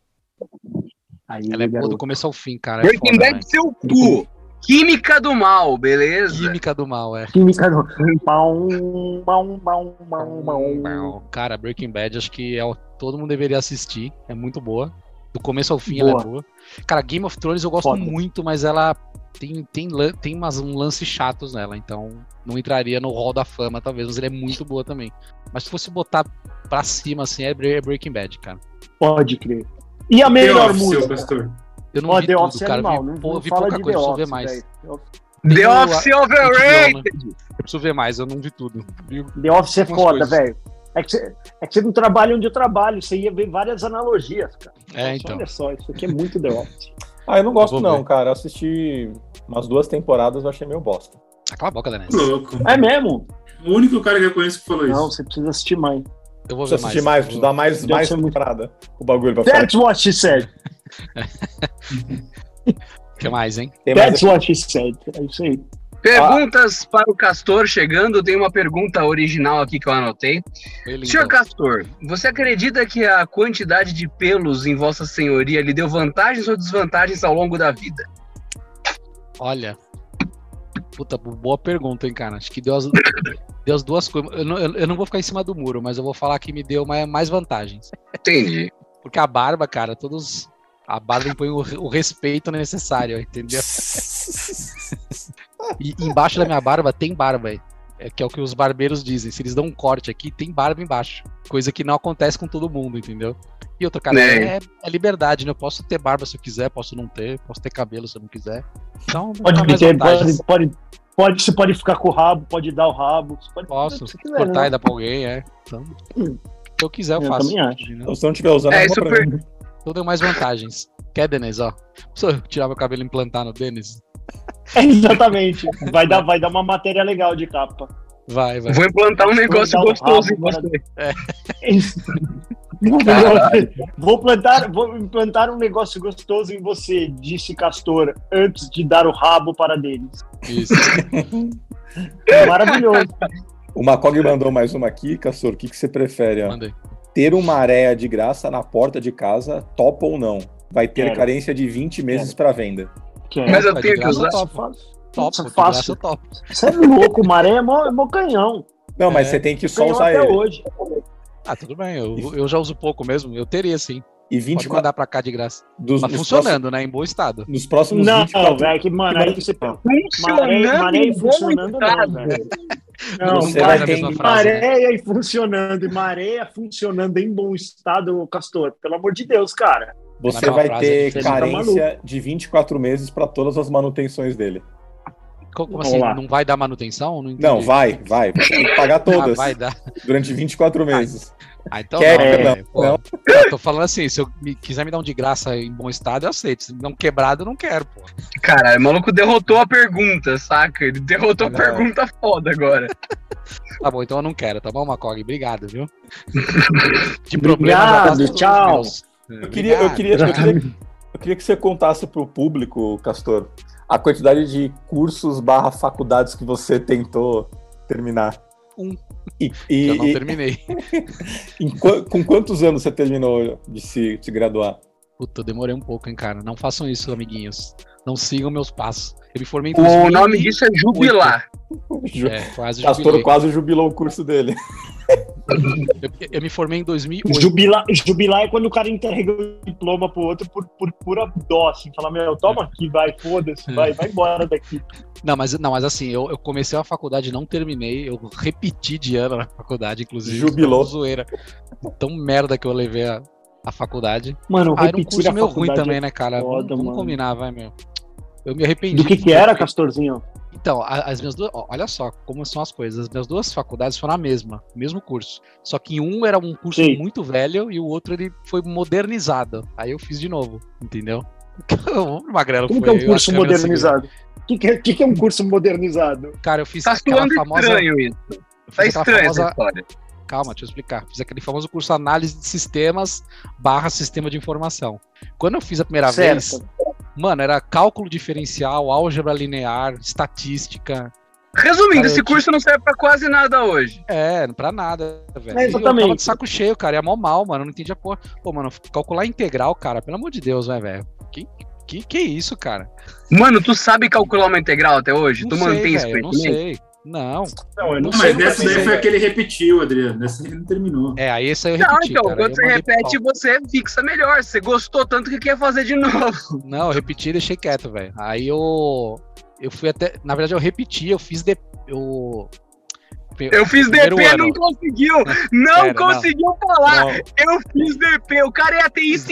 Speaker 3: Aí,
Speaker 2: Ela é boa
Speaker 3: garoto.
Speaker 2: do começo ao fim, cara. É
Speaker 5: Breaking
Speaker 2: foda,
Speaker 5: Bad,
Speaker 2: né?
Speaker 5: seu cu. Química do mal, beleza?
Speaker 2: Química do mal, é.
Speaker 3: Química do. Pão, pão, pão, pão, pão.
Speaker 2: Cara, Breaking Bad acho que é o- todo mundo deveria assistir. É muito boa. Do começo ao fim ela é
Speaker 3: Boa.
Speaker 2: boa. Cara, Game of Thrones eu gosto
Speaker 3: Foda.
Speaker 2: muito, mas ela tem, tem, lan- tem umas, um lance chatos nela, então não entraria no hall da fama, talvez, mas ele é muito boa também. Mas se fosse botar pra cima, assim, é Bre- é Breaking Bad, cara.
Speaker 3: Pode crer. E a
Speaker 4: The
Speaker 3: melhor
Speaker 4: Office, seu
Speaker 3: música?
Speaker 4: pastor.
Speaker 2: Eu não
Speaker 3: Ó,
Speaker 2: vi
Speaker 3: The
Speaker 2: tudo,
Speaker 3: Office é
Speaker 2: cara.
Speaker 3: animal,
Speaker 2: eu vi,
Speaker 3: não,
Speaker 2: pô,
Speaker 3: não
Speaker 2: eu vi
Speaker 3: fala
Speaker 2: pouca
Speaker 3: de The
Speaker 2: coisa, preciso
Speaker 3: Office,
Speaker 2: ver mais.
Speaker 3: velho. The Office-
Speaker 2: Tem
Speaker 5: The
Speaker 2: o-
Speaker 5: Office
Speaker 2: HBO, né?
Speaker 5: Overrated.
Speaker 2: Eu preciso ver mais, eu não vi tudo. Vi
Speaker 3: The Office é
Speaker 2: Algumas
Speaker 3: foda,
Speaker 2: coisas.
Speaker 3: velho. É que, você, é que você não trabalha onde eu trabalho, você ia ver várias analogias, cara.
Speaker 2: É,
Speaker 3: Nossa,
Speaker 2: então.
Speaker 3: Olha só, isso aqui é muito The Office.
Speaker 1: Ah, eu não
Speaker 2: Eu
Speaker 1: gosto,
Speaker 2: vou
Speaker 1: não,
Speaker 2: ver.
Speaker 1: cara. Eu assisti umas duas temporadas, eu achei meio bosta.
Speaker 2: Ah, Cala a boca, Danés.
Speaker 4: Louco.
Speaker 3: É mesmo?
Speaker 4: O único cara que eu conheço que falou
Speaker 3: Não,
Speaker 4: isso.
Speaker 3: você precisa assistir mais.
Speaker 2: Eu vou ver
Speaker 1: Preciso assistir mais, preciso dar mais,
Speaker 3: Deve
Speaker 1: mais
Speaker 3: ser muito-
Speaker 1: temporada. O bagulho pra falar.
Speaker 3: That's what she said.
Speaker 2: O que mais, hein?
Speaker 1: Tem mais
Speaker 3: That's what she said. É isso aí.
Speaker 5: Perguntas para o Castor chegando. Tem uma pergunta original aqui que eu anotei.
Speaker 2: Foi lindo.
Speaker 5: Senhor Castor, você acredita que a quantidade de pelos em Vossa Senhoria lhe deu vantagens ou desvantagens ao longo da vida?
Speaker 2: Olha. Puta, bo- boa pergunta, hein, cara. Acho que deu as, deu as duas coisas. Eu não, eu- eu não vou ficar em cima do muro, mas eu vou falar que me deu mais, mais vantagens.
Speaker 5: Entendi.
Speaker 2: Porque a barba, cara, todos. A barba impõe o, re- o respeito necessário, entendeu? E embaixo da minha barba tem barba, é- é que é o que os barbeiros dizem. Se eles dão um corte aqui, tem barba embaixo. Coisa que não acontece com todo mundo, entendeu? E outro cara,
Speaker 5: Né?
Speaker 2: é, é liberdade, né? Eu posso ter barba se eu quiser, posso não ter, posso ter cabelo se eu não quiser. Então,
Speaker 3: Pode
Speaker 2: dá mais
Speaker 3: meter,
Speaker 2: vantagens.
Speaker 3: pode, pode, pode, você pode ficar com o rabo, pode dar o rabo. Você pode fazer
Speaker 2: Posso
Speaker 3: o que você quiser,
Speaker 2: cortar e
Speaker 3: né?
Speaker 2: dar pra alguém, é. Então,
Speaker 3: Hum.
Speaker 2: se eu quiser, eu,
Speaker 3: Eu
Speaker 2: faço.
Speaker 3: também acho.
Speaker 2: entendeu?
Speaker 1: Então, se não tiver usando,
Speaker 5: É,
Speaker 1: arruma
Speaker 5: isso
Speaker 1: pra
Speaker 5: per-
Speaker 1: mim.
Speaker 2: Então deu mais vantagens. Quer, Denis, ó? Preciso eu tirar meu cabelo e implantar no Denis?
Speaker 3: É, exatamente. Vai dar, vai dar uma matéria legal de capa.
Speaker 2: Vai, vai.
Speaker 5: Vou implantar um negócio
Speaker 3: dar um
Speaker 5: gostoso em
Speaker 3: rabo para-
Speaker 5: você.
Speaker 3: É isso. Vou- vou plantar, vou implantar um negócio gostoso em você, disse Castor, antes de dar o rabo para deles.
Speaker 2: Isso.
Speaker 3: Maravilhoso.
Speaker 1: O Macog mandou mais uma aqui, Castor. O que, que você prefere? ó?
Speaker 2: Mandei.
Speaker 1: Ter uma areia de graça na porta de casa, topa ou não? Vai ter
Speaker 3: Quero.
Speaker 1: carência de 20 meses pra venda.
Speaker 3: Que é,
Speaker 5: Mas eu
Speaker 2: Vai
Speaker 5: tenho
Speaker 2: de
Speaker 5: que
Speaker 2: graça,
Speaker 5: usar.
Speaker 2: eu topo. Topo,
Speaker 3: Nossa,
Speaker 2: de
Speaker 3: fácil.
Speaker 2: graça, eu topo.
Speaker 3: Você é louco, o maré é mó, é mó canhão.
Speaker 1: Não, mas
Speaker 2: É.
Speaker 1: você tem que só
Speaker 3: Canhão
Speaker 1: usar
Speaker 3: até
Speaker 1: ele.
Speaker 3: hoje.
Speaker 2: Ah, tudo bem. Eu, eu já uso pouco mesmo. Eu teria, sim.
Speaker 1: E
Speaker 2: Pode
Speaker 1: 24
Speaker 2: mandar pra cá de graça.
Speaker 1: dos,
Speaker 2: Mas
Speaker 1: nos
Speaker 2: funcionando, né? Em bom estado.
Speaker 1: próximos- Nos próximos
Speaker 3: Não,
Speaker 1: 24
Speaker 3: velho, que mano, aí você Maré,
Speaker 5: Funcionando
Speaker 3: maré
Speaker 5: em
Speaker 3: e
Speaker 5: bom
Speaker 3: funcionando
Speaker 5: estado.
Speaker 3: não, velho. Não,
Speaker 1: Você
Speaker 3: cara,
Speaker 1: vai ter-
Speaker 2: mesma frase, né?
Speaker 3: Maréia e funcionando, e maréia funcionando em bom estado, Castor. Pelo amor de Deus, cara.
Speaker 1: Você
Speaker 2: Naquela
Speaker 1: vai
Speaker 2: frase,
Speaker 1: ter
Speaker 2: ele
Speaker 3: tá
Speaker 1: carência de 24 meses para todas as manutenções dele.
Speaker 2: Co- Como
Speaker 3: Vamos
Speaker 2: assim?
Speaker 3: lá.
Speaker 2: Não vai dar manutenção? Não, entendi.
Speaker 1: Não, vai, vai. Você tem que pagar
Speaker 2: Ah,
Speaker 1: todas
Speaker 2: vai dar.
Speaker 1: durante 24 meses.
Speaker 2: Ah, então
Speaker 1: Quer-
Speaker 2: não,
Speaker 3: é,
Speaker 2: velho, pô.
Speaker 1: não.
Speaker 2: Eu tô falando assim, se eu me- quiser me dar um de graça em bom estado, eu aceito. Se me dar um quebrado, eu não quero, pô.
Speaker 5: Caralho, o maluco derrotou a pergunta, saca? Ele derrotou a
Speaker 1: Não.
Speaker 5: pergunta foda agora.
Speaker 2: Tá bom, então eu não quero, tá bom, Macog? Obrigado, viu? De
Speaker 3: Obrigado,
Speaker 2: já basta os
Speaker 3: tchau.
Speaker 2: meus.
Speaker 1: Eu queria, eu,
Speaker 2: Obrigado.
Speaker 1: queria, eu, queria, eu queria que você contasse para o público, Castor, a quantidade de cursos barra faculdades que você tentou terminar.
Speaker 2: Um.
Speaker 1: E,
Speaker 2: Que
Speaker 1: e-
Speaker 2: Eu não
Speaker 1: e-
Speaker 2: terminei.
Speaker 1: em qua- com quantos anos você terminou de se, de se graduar?
Speaker 2: Puta, eu demorei um pouco, hein, cara. Não façam isso, amiguinhos. Não sigam meus passos. Eu me formei em
Speaker 5: O
Speaker 2: 2000
Speaker 5: nome
Speaker 2: e-
Speaker 5: disso é jubilar.
Speaker 1: Ju-
Speaker 2: É, quase
Speaker 1: Castor
Speaker 2: jubilei.
Speaker 1: quase jubilou o curso dele.
Speaker 2: Eu, eu me formei em 2008.
Speaker 3: Jubilar, jubilar é quando o cara entrega o diploma pro outro por, por pura dó, assim, falar, meu,
Speaker 2: É.
Speaker 3: toma aqui, vai, foda-se, vai, vai embora daqui.
Speaker 2: Não, mas, não, mas assim, eu, eu comecei a faculdade, não terminei. Eu repeti de ano na faculdade, inclusive.
Speaker 1: Jubilou.
Speaker 2: Tão Zoeira. Tão merda que eu levei a, a faculdade.
Speaker 3: Mano,
Speaker 2: Ah, era um
Speaker 3: repetir
Speaker 2: curso
Speaker 3: a
Speaker 2: meio ruim
Speaker 3: faculdade.
Speaker 2: também, né, cara?
Speaker 3: foda,
Speaker 2: vamos, vamos
Speaker 3: mano.
Speaker 2: combinar, vai, meu. Eu me arrependi.
Speaker 3: Do que que era, Castorzinho?
Speaker 2: Então, a- as minhas duas. ó, Olha só como são as coisas. As minhas duas faculdades foram a mesma, mesmo curso. Só que um era um curso
Speaker 3: Sim.
Speaker 2: muito velho e o outro ele foi modernizado. Aí eu fiz de novo, entendeu? O Magrelo
Speaker 3: Como que
Speaker 2: foi,
Speaker 3: é
Speaker 2: eu
Speaker 3: um
Speaker 2: acho
Speaker 3: curso
Speaker 2: a mesma
Speaker 3: modernizado? O que, que, é- que que é um curso modernizado?
Speaker 2: seguida. Cara, eu fiz
Speaker 5: Tá
Speaker 2: aquela
Speaker 5: soando
Speaker 2: famosa.
Speaker 5: estranho isso.
Speaker 2: eu fiz
Speaker 5: Tá
Speaker 2: aquela
Speaker 5: estranho
Speaker 2: famosa-
Speaker 5: essa história.
Speaker 2: Calma, deixa eu explicar. Fiz aquele famoso curso análise de sistemas barra sistema de informação. Quando eu fiz a primeira vez, Mano, era cálculo diferencial, álgebra linear, estatística.
Speaker 5: Resumindo,
Speaker 2: Cara,
Speaker 5: esse
Speaker 2: eu te-
Speaker 5: curso não serve pra quase nada hoje.
Speaker 2: É, pra nada, velho.
Speaker 3: É,
Speaker 2: E Eu tava
Speaker 3: exatamente.
Speaker 2: de saco cheio, cara. Ia mó mal, mano. Eu não entendia porra. Pô, mano, calcular integral, cara, pelo amor de Deus, né, velho? Que, que, que isso, cara?
Speaker 5: Mano, tu sabe calcular uma integral até hoje?
Speaker 2: Não
Speaker 5: tu
Speaker 2: sei,
Speaker 5: mantém esse
Speaker 2: velho, Não
Speaker 5: conhecimento?
Speaker 2: sei. Não.
Speaker 3: Não, eu
Speaker 4: Não,
Speaker 3: não
Speaker 4: mas
Speaker 3: sei.
Speaker 4: dessa
Speaker 3: nunca
Speaker 4: daí
Speaker 3: fiz,
Speaker 4: foi
Speaker 3: né?
Speaker 4: a que ele repetiu, Adriano. Dessa ele não terminou.
Speaker 2: É, aí esse aí eu
Speaker 5: Não,
Speaker 2: repeti,
Speaker 5: então,
Speaker 2: cara.
Speaker 5: quando
Speaker 2: Eu
Speaker 5: você
Speaker 2: mandei
Speaker 5: repete,
Speaker 2: pau.
Speaker 5: você fixa melhor. Você gostou tanto que quer fazer de novo.
Speaker 2: Não, eu repeti e deixei quieto, velho. Aí eu. Eu fui até. Na verdade, eu repeti, eu fiz. De... Eu.
Speaker 5: Eu fiz
Speaker 2: Primeiro
Speaker 5: DP,
Speaker 2: ano.
Speaker 5: não conseguiu. Não
Speaker 2: Pera, não.
Speaker 5: conseguiu falar.
Speaker 1: Não,
Speaker 5: Eu fiz DP. O cara é ateísta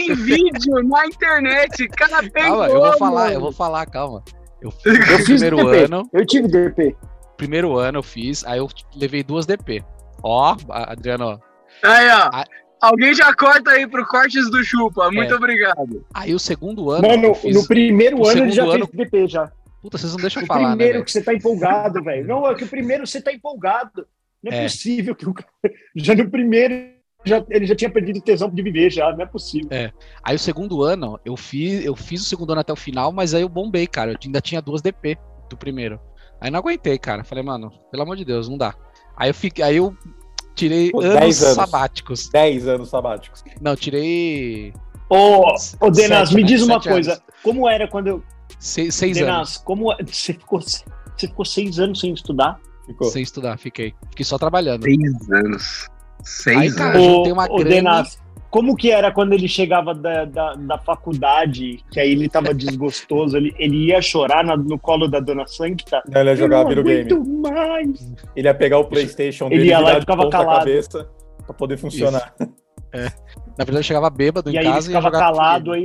Speaker 5: em vídeo, na internet. Cara, tem
Speaker 2: Calma, eu vou
Speaker 5: como.
Speaker 2: falar, eu vou falar, calma. Eu fiz
Speaker 5: Eu
Speaker 2: o
Speaker 3: fiz
Speaker 2: primeiro
Speaker 3: DP.
Speaker 2: ano.
Speaker 3: Eu tive DP.
Speaker 2: primeiro ano eu fiz, aí eu levei duas DP. Ó, a- Adriano, ó.
Speaker 5: Aí, ó.
Speaker 2: Ah.
Speaker 5: Alguém já corta aí pro Cortes do Chupa. Muito
Speaker 2: É.
Speaker 5: obrigado.
Speaker 2: aí o segundo ano
Speaker 3: Mano,
Speaker 2: eu fiz.
Speaker 3: no primeiro
Speaker 2: o
Speaker 3: ano ele já
Speaker 2: segundo ano-
Speaker 3: fez DP já.
Speaker 2: Puta, vocês não deixam eu
Speaker 3: O
Speaker 2: falar, né?
Speaker 3: primeiro
Speaker 2: velho?
Speaker 3: que você tá empolgado, velho. Não, é que o primeiro você tá empolgado. Não é,
Speaker 2: É.
Speaker 3: possível que o cara... Já no primeiro já, ele já tinha perdido o tesão de viver já. Não é possível.
Speaker 2: Aí o segundo ano eu fiz, eu fiz o segundo ano até o final, mas aí eu bombei, cara. Eu ainda tinha duas DP do primeiro. Aí não aguentei, cara. Falei, mano, pelo amor de Deus, não dá. Aí eu fiquei, aí eu tirei
Speaker 1: Pô,
Speaker 2: anos,
Speaker 1: dez anos.
Speaker 2: sabáticos.
Speaker 1: 10 anos sabáticos.
Speaker 2: Não, eu tirei
Speaker 3: Ô, ô Denas,
Speaker 2: Sete,
Speaker 3: me
Speaker 2: né?
Speaker 3: diz uma
Speaker 2: Sete
Speaker 3: coisa.
Speaker 2: anos.
Speaker 3: Como era quando...
Speaker 2: seis, seis anos
Speaker 3: Denas, como... é- Você ficou, você ficou seis anos sem estudar?
Speaker 1: Ficou.
Speaker 2: sem estudar, fiquei. Fiquei só trabalhando.
Speaker 5: Seis anos.
Speaker 2: Aí,
Speaker 5: Seis
Speaker 2: cara,
Speaker 5: anos.
Speaker 2: juntei uma grana.
Speaker 3: Denas, como que era quando ele chegava da, da, da faculdade, que aí ele tava desgostoso, ele, ele ia chorar na- no colo da dona Sancta?
Speaker 1: Não, ele ia jogar
Speaker 3: Eu não
Speaker 1: Biro Game.
Speaker 3: aguento mais.
Speaker 1: Ele ia pegar o PlayStation
Speaker 3: é Ele
Speaker 1: dele
Speaker 3: ia lá e
Speaker 1: virar de
Speaker 3: ficava
Speaker 1: ponta
Speaker 3: calado.
Speaker 1: cabeça pra poder funcionar.
Speaker 2: Na verdade, eu chegava bêbado
Speaker 3: E
Speaker 2: em
Speaker 3: aí ele
Speaker 2: casa
Speaker 3: ficava
Speaker 2: jogava
Speaker 3: calado aí.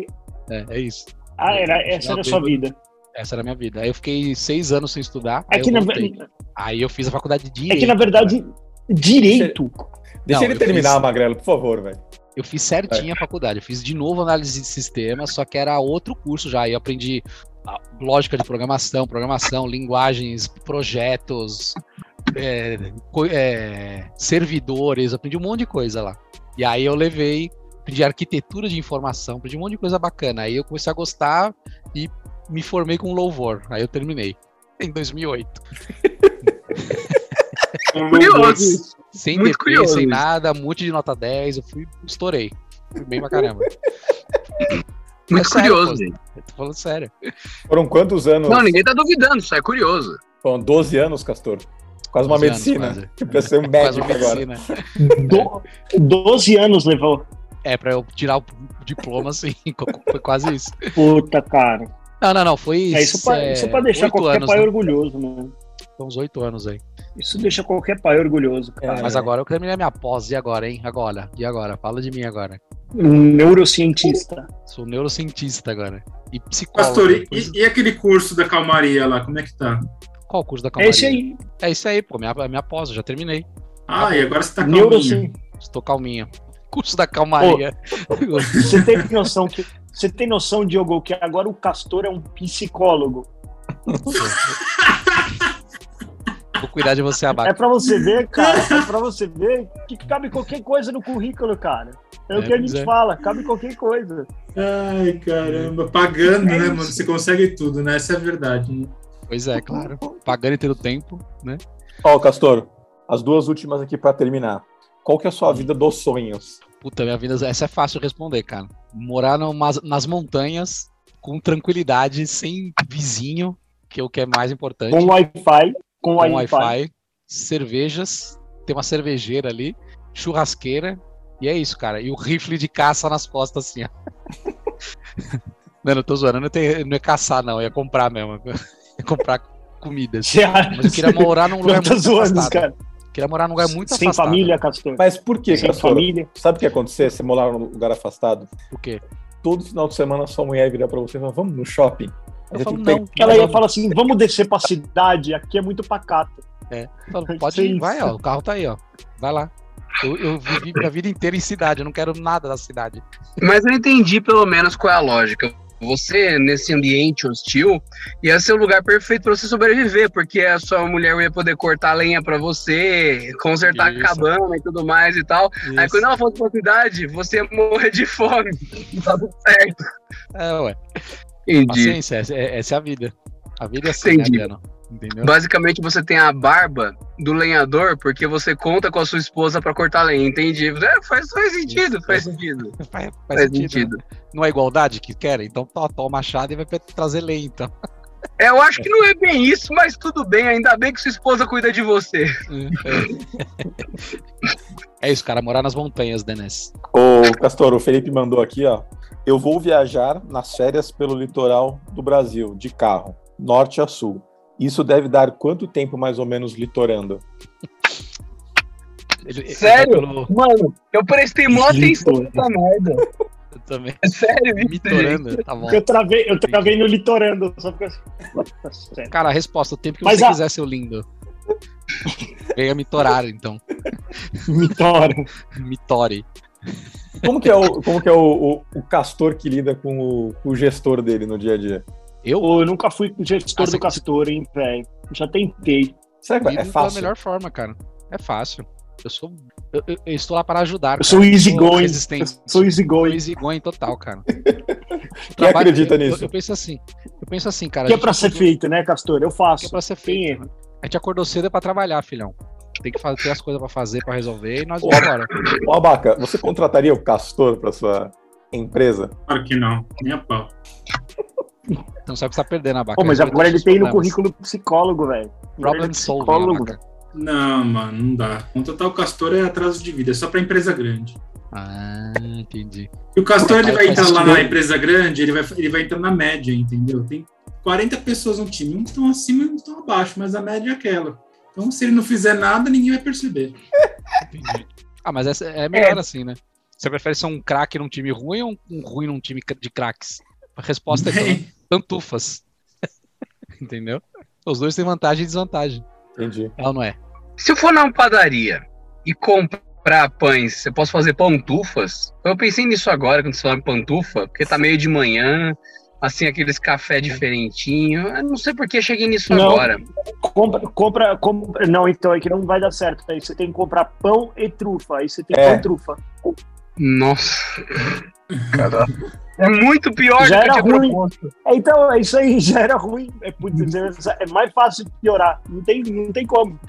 Speaker 2: videogame. É, é isso.
Speaker 3: Ah, era, essa
Speaker 2: Jogava
Speaker 3: era a sua
Speaker 2: videogame.
Speaker 3: vida.
Speaker 2: Essa era a minha vida. Aí eu fiquei seis anos sem estudar.
Speaker 3: É
Speaker 2: aí,
Speaker 3: que,
Speaker 2: eu
Speaker 3: na,
Speaker 2: voltei.
Speaker 3: ver-
Speaker 2: aí eu fiz a faculdade de direito.
Speaker 3: é que na verdade, direito.
Speaker 1: Deixa
Speaker 2: Não,
Speaker 1: ele
Speaker 2: eu
Speaker 1: terminar,
Speaker 2: fiz-
Speaker 1: Magrelo, por favor, velho.
Speaker 2: cara. Eu fiz certinho a faculdade. Eu fiz de novo análise de sistema, só que era outro curso já. Aí eu aprendi a lógica de programação, programação, linguagens, projetos, é, co- é, servidores. Eu aprendi um monte de coisa lá. E aí eu levei, aprendi arquitetura de informação, aprendi um monte de coisa bacana. Aí eu comecei a gostar e me formei com louvor. Aí eu terminei. Em 2008.
Speaker 5: É Curioso.
Speaker 2: Sem
Speaker 5: Muito
Speaker 2: DP,
Speaker 5: curioso
Speaker 2: sem
Speaker 5: isso.
Speaker 2: nada, multi de nota 10, eu fui, estourei. Fui bem pra caramba.
Speaker 5: Muito
Speaker 2: É sério,
Speaker 5: curioso,
Speaker 2: pô.
Speaker 5: gente.
Speaker 2: Eu tô falando sério.
Speaker 1: Foram quantos anos?
Speaker 5: Não, ninguém tá duvidando, isso é curioso.
Speaker 1: Foram 12 anos, Castor. Quase uma
Speaker 2: 11 anos,
Speaker 1: medicina.
Speaker 2: quase.
Speaker 1: Pra ser um
Speaker 2: Quase
Speaker 1: médico
Speaker 2: uma
Speaker 1: agora.
Speaker 2: medicina.
Speaker 3: Do, 12 anos levou.
Speaker 2: É, pra eu tirar o diploma, assim, co- foi quase isso.
Speaker 3: Puta, cara.
Speaker 2: Não, não, não, foi
Speaker 3: É, isso, pra, isso
Speaker 2: é,
Speaker 3: pra deixar
Speaker 2: oito
Speaker 3: qualquer
Speaker 2: anos,
Speaker 3: pai
Speaker 2: né?
Speaker 3: orgulhoso, né?
Speaker 2: Foi uns oito anos aí.
Speaker 3: Isso deixa qualquer pai orgulhoso, cara.
Speaker 1: É.
Speaker 2: Mas agora eu terminei a minha pós, e agora, hein? Agora, e agora? Fala de mim agora.
Speaker 3: Um neurocientista.
Speaker 2: Sou neurocientista agora. E psicólogo.
Speaker 4: Castor, e,
Speaker 2: depois-
Speaker 4: e aquele curso da calmaria lá, como é que tá?
Speaker 2: Qual o curso da
Speaker 3: É
Speaker 2: calmaria?
Speaker 3: esse aí.
Speaker 2: É isso aí, pô. Minha, minha pós, eu já terminei.
Speaker 4: Ah, e agora você tá calminho.
Speaker 3: Neurocientista.
Speaker 2: Estou calminha. Curso da calmaria.
Speaker 3: Você tem noção que. Você tem noção, Diogo, que agora o Castor é um psicólogo.
Speaker 2: Vou cuidar de você,
Speaker 3: É
Speaker 2: Abaca.
Speaker 3: pra você ver, cara. É pra você ver que cabe qualquer coisa no currículo, cara. É, o
Speaker 2: É,
Speaker 3: que a
Speaker 2: pois
Speaker 3: gente
Speaker 2: é.
Speaker 3: fala, cabe qualquer coisa.
Speaker 4: Ai, caramba. Pagando, né, mano? Você consegue tudo, né? Essa é a verdade. né?
Speaker 2: Pois é, claro. Pagando e tendo tempo, né?
Speaker 1: Ó, Castor, as duas últimas aqui pra terminar. Qual que é a sua vida dos sonhos?
Speaker 2: Puta, minha vida, essa é fácil responder, cara. Morar numas- nas montanhas com tranquilidade, sem vizinho, que é o que é mais importante.
Speaker 3: Com Wi-Fi. Com
Speaker 2: com
Speaker 3: Wi-Fi.
Speaker 2: Wi-Fi, cervejas, tem uma cervejeira ali, churrasqueira, e é isso, cara. E o rifle de caça nas costas, assim, ó. Não, não tô zoando, não, tem- não é caçar, não, é comprar mesmo. É comprar comidas.
Speaker 3: Você
Speaker 2: Mas eu queria morar num lugar
Speaker 3: Não tô
Speaker 2: muito
Speaker 3: zoando,
Speaker 2: afastado.
Speaker 3: cara.
Speaker 2: Queria morar num lugar muito
Speaker 3: Sem
Speaker 2: afastado.
Speaker 3: família, Castor.
Speaker 1: Mas por que,
Speaker 3: Sem
Speaker 1: Castor?
Speaker 3: família.
Speaker 1: Sabe o que ia acontecer se você morar num lugar afastado?
Speaker 2: O quê?
Speaker 1: Todo final de semana sua mulher ia virar pra você e falar, vamos no shopping?
Speaker 2: Eu
Speaker 1: Você
Speaker 2: falo,
Speaker 1: tem que
Speaker 2: não.
Speaker 3: Ela ia falar assim: vamos descer pra cidade, aqui é muito pacato.
Speaker 2: Eu falo, Pode
Speaker 3: Sim.
Speaker 2: ir, vai, ó, o carro tá aí, ó. Vai lá. Eu, eu vivi minha vida inteira em cidade, eu não quero nada da cidade.
Speaker 5: Mas eu entendi pelo menos qual é a lógica. Você, nesse ambiente hostil, ia ser o lugar perfeito pra você sobreviver, porque a sua mulher ia poder cortar lenha pra você, consertar
Speaker 2: Isso.
Speaker 5: a cabana e tudo mais e tal.
Speaker 2: É,
Speaker 5: Aí quando ela fosse pra cidade, você ia morrer de fome. Tá tudo certo.
Speaker 2: É, ué.
Speaker 5: Entendi.
Speaker 2: Paciência, essa é, essa é a vida. A vida é assim,
Speaker 5: Entendi.
Speaker 2: né, Adriano? Entendeu?
Speaker 5: Basicamente, você tem a barba do lenhador porque você conta com a sua esposa pra cortar lenha. Entendi. É, faz, faz sentido,
Speaker 2: Isso.
Speaker 5: faz sentido.
Speaker 2: Faz, faz
Speaker 5: Faz
Speaker 2: sentido.
Speaker 5: sentido.
Speaker 2: Não é igualdade que querem? Então tá, toma o machado e vai pe- trazer lei, então.
Speaker 5: É, eu acho que não é bem isso, mas tudo bem. Ainda bem que sua esposa cuida de você.
Speaker 2: É isso, cara, morar nas montanhas, Denis.
Speaker 1: Ô, Castor, o Felipe mandou aqui, ó. Eu vou viajar nas férias pelo litoral do Brasil, de carro, norte a sul. Isso deve dar quanto tempo mais ou menos litorando?
Speaker 2: Ele- ele vai
Speaker 5: Sério?
Speaker 2: pelo-
Speaker 5: Mano, eu prestei mó atenção
Speaker 3: Litorando.
Speaker 5: nessa merda.
Speaker 2: eu também.
Speaker 5: É sério isso, gente.
Speaker 2: Mitorando, tá bom.
Speaker 3: Eu travei, eu travei no litorando, só porque assim. Tá certo.
Speaker 2: Cara, a resposta, o tempo que
Speaker 3: Mas
Speaker 2: você
Speaker 3: a-
Speaker 2: quiser, seu lindo. Venha me torar, então.
Speaker 3: Vitória.
Speaker 2: Me tore.
Speaker 1: Como que é o, como que é o, o- o Castor que lida com o, com o gestor dele no dia a dia?
Speaker 2: Eu?
Speaker 3: Pô, eu nunca fui gestor
Speaker 2: Ah, você-
Speaker 3: do Castor, hein, velho. Já tentei.
Speaker 1: Será que
Speaker 2: lido
Speaker 1: é
Speaker 2: da
Speaker 1: fácil?
Speaker 2: melhor forma, cara. É fácil. Eu sou. Eu, eu- eu estou lá para ajudar.
Speaker 3: Eu sou easy going. Eu
Speaker 2: resistente.
Speaker 3: sou easy
Speaker 2: Sou
Speaker 3: going.
Speaker 2: easy going total, cara.
Speaker 1: Quem
Speaker 2: Trabalho-
Speaker 1: acredita
Speaker 2: eu- eu-
Speaker 1: nisso?
Speaker 2: Eu penso assim. Eu penso assim, cara.
Speaker 3: Que
Speaker 2: a
Speaker 3: é
Speaker 2: gente
Speaker 3: pra ser
Speaker 2: acordou-
Speaker 3: feito, né, Castor? Eu
Speaker 2: que é
Speaker 3: faço.
Speaker 2: pra ser
Speaker 3: Tem
Speaker 2: feito.
Speaker 3: erro.
Speaker 2: A gente acordou cedo é pra trabalhar, filhão. Tem que fazer as coisas pra fazer, pra resolver e nós
Speaker 1: Ô,
Speaker 2: vamos embora.
Speaker 1: Ô, Abaca, você contrataria o Castor para sua empresa?
Speaker 4: Claro que não. Nem a pau.
Speaker 2: Você não sabe o que você tá perdendo a
Speaker 3: Pô, mas agora ele tem no currículo psicólogo, velho. Agora ele é
Speaker 2: Problem solving. né,
Speaker 3: Psicólogo,
Speaker 2: Abaca.
Speaker 4: Não, mano, não dá. Contratar o Castor é atraso de vida, é só pra empresa grande.
Speaker 2: Ah, entendi.
Speaker 4: E o Castor ele
Speaker 2: Aí
Speaker 4: vai
Speaker 2: faz
Speaker 4: entrar lá
Speaker 2: sentido.
Speaker 4: na empresa grande, ele vai, ele vai entrar na média, entendeu? Tem 40 pessoas no time, uns estão acima e uns estão abaixo, mas a média é aquela. Então, se ele não fizer nada, ninguém vai perceber.
Speaker 2: entendi. Ah, mas essa é melhor assim, né? Você prefere ser um craque num time ruim ou um- um ruim num time de craques? A resposta é
Speaker 4: Bem,
Speaker 2: pantufas. Entendeu? Os dois têm vantagem e desvantagem.
Speaker 1: Entendi.
Speaker 2: Ela não é.
Speaker 5: Se eu for na padaria e comprar pães, eu posso fazer pantufas? Eu pensei nisso agora, quando você fala em pantufa, porque tá meio de manhã, assim, aqueles café diferentinho. Eu não sei por que cheguei nisso
Speaker 3: Não.
Speaker 5: agora.
Speaker 3: Compra, compra, compra. Não, então é que não vai dar certo. Aí você tem que comprar pão e trufa. Aí você tem
Speaker 1: É.
Speaker 3: pão e trufa.
Speaker 5: Nossa. É muito
Speaker 3: Já
Speaker 5: pior do que eu
Speaker 3: era
Speaker 5: tinha
Speaker 3: ruim.
Speaker 5: proposto.
Speaker 3: É, Então, é isso aí já era ruim. É, putz,
Speaker 1: Hum.
Speaker 3: é mais fácil piorar. Não tem, não tem como.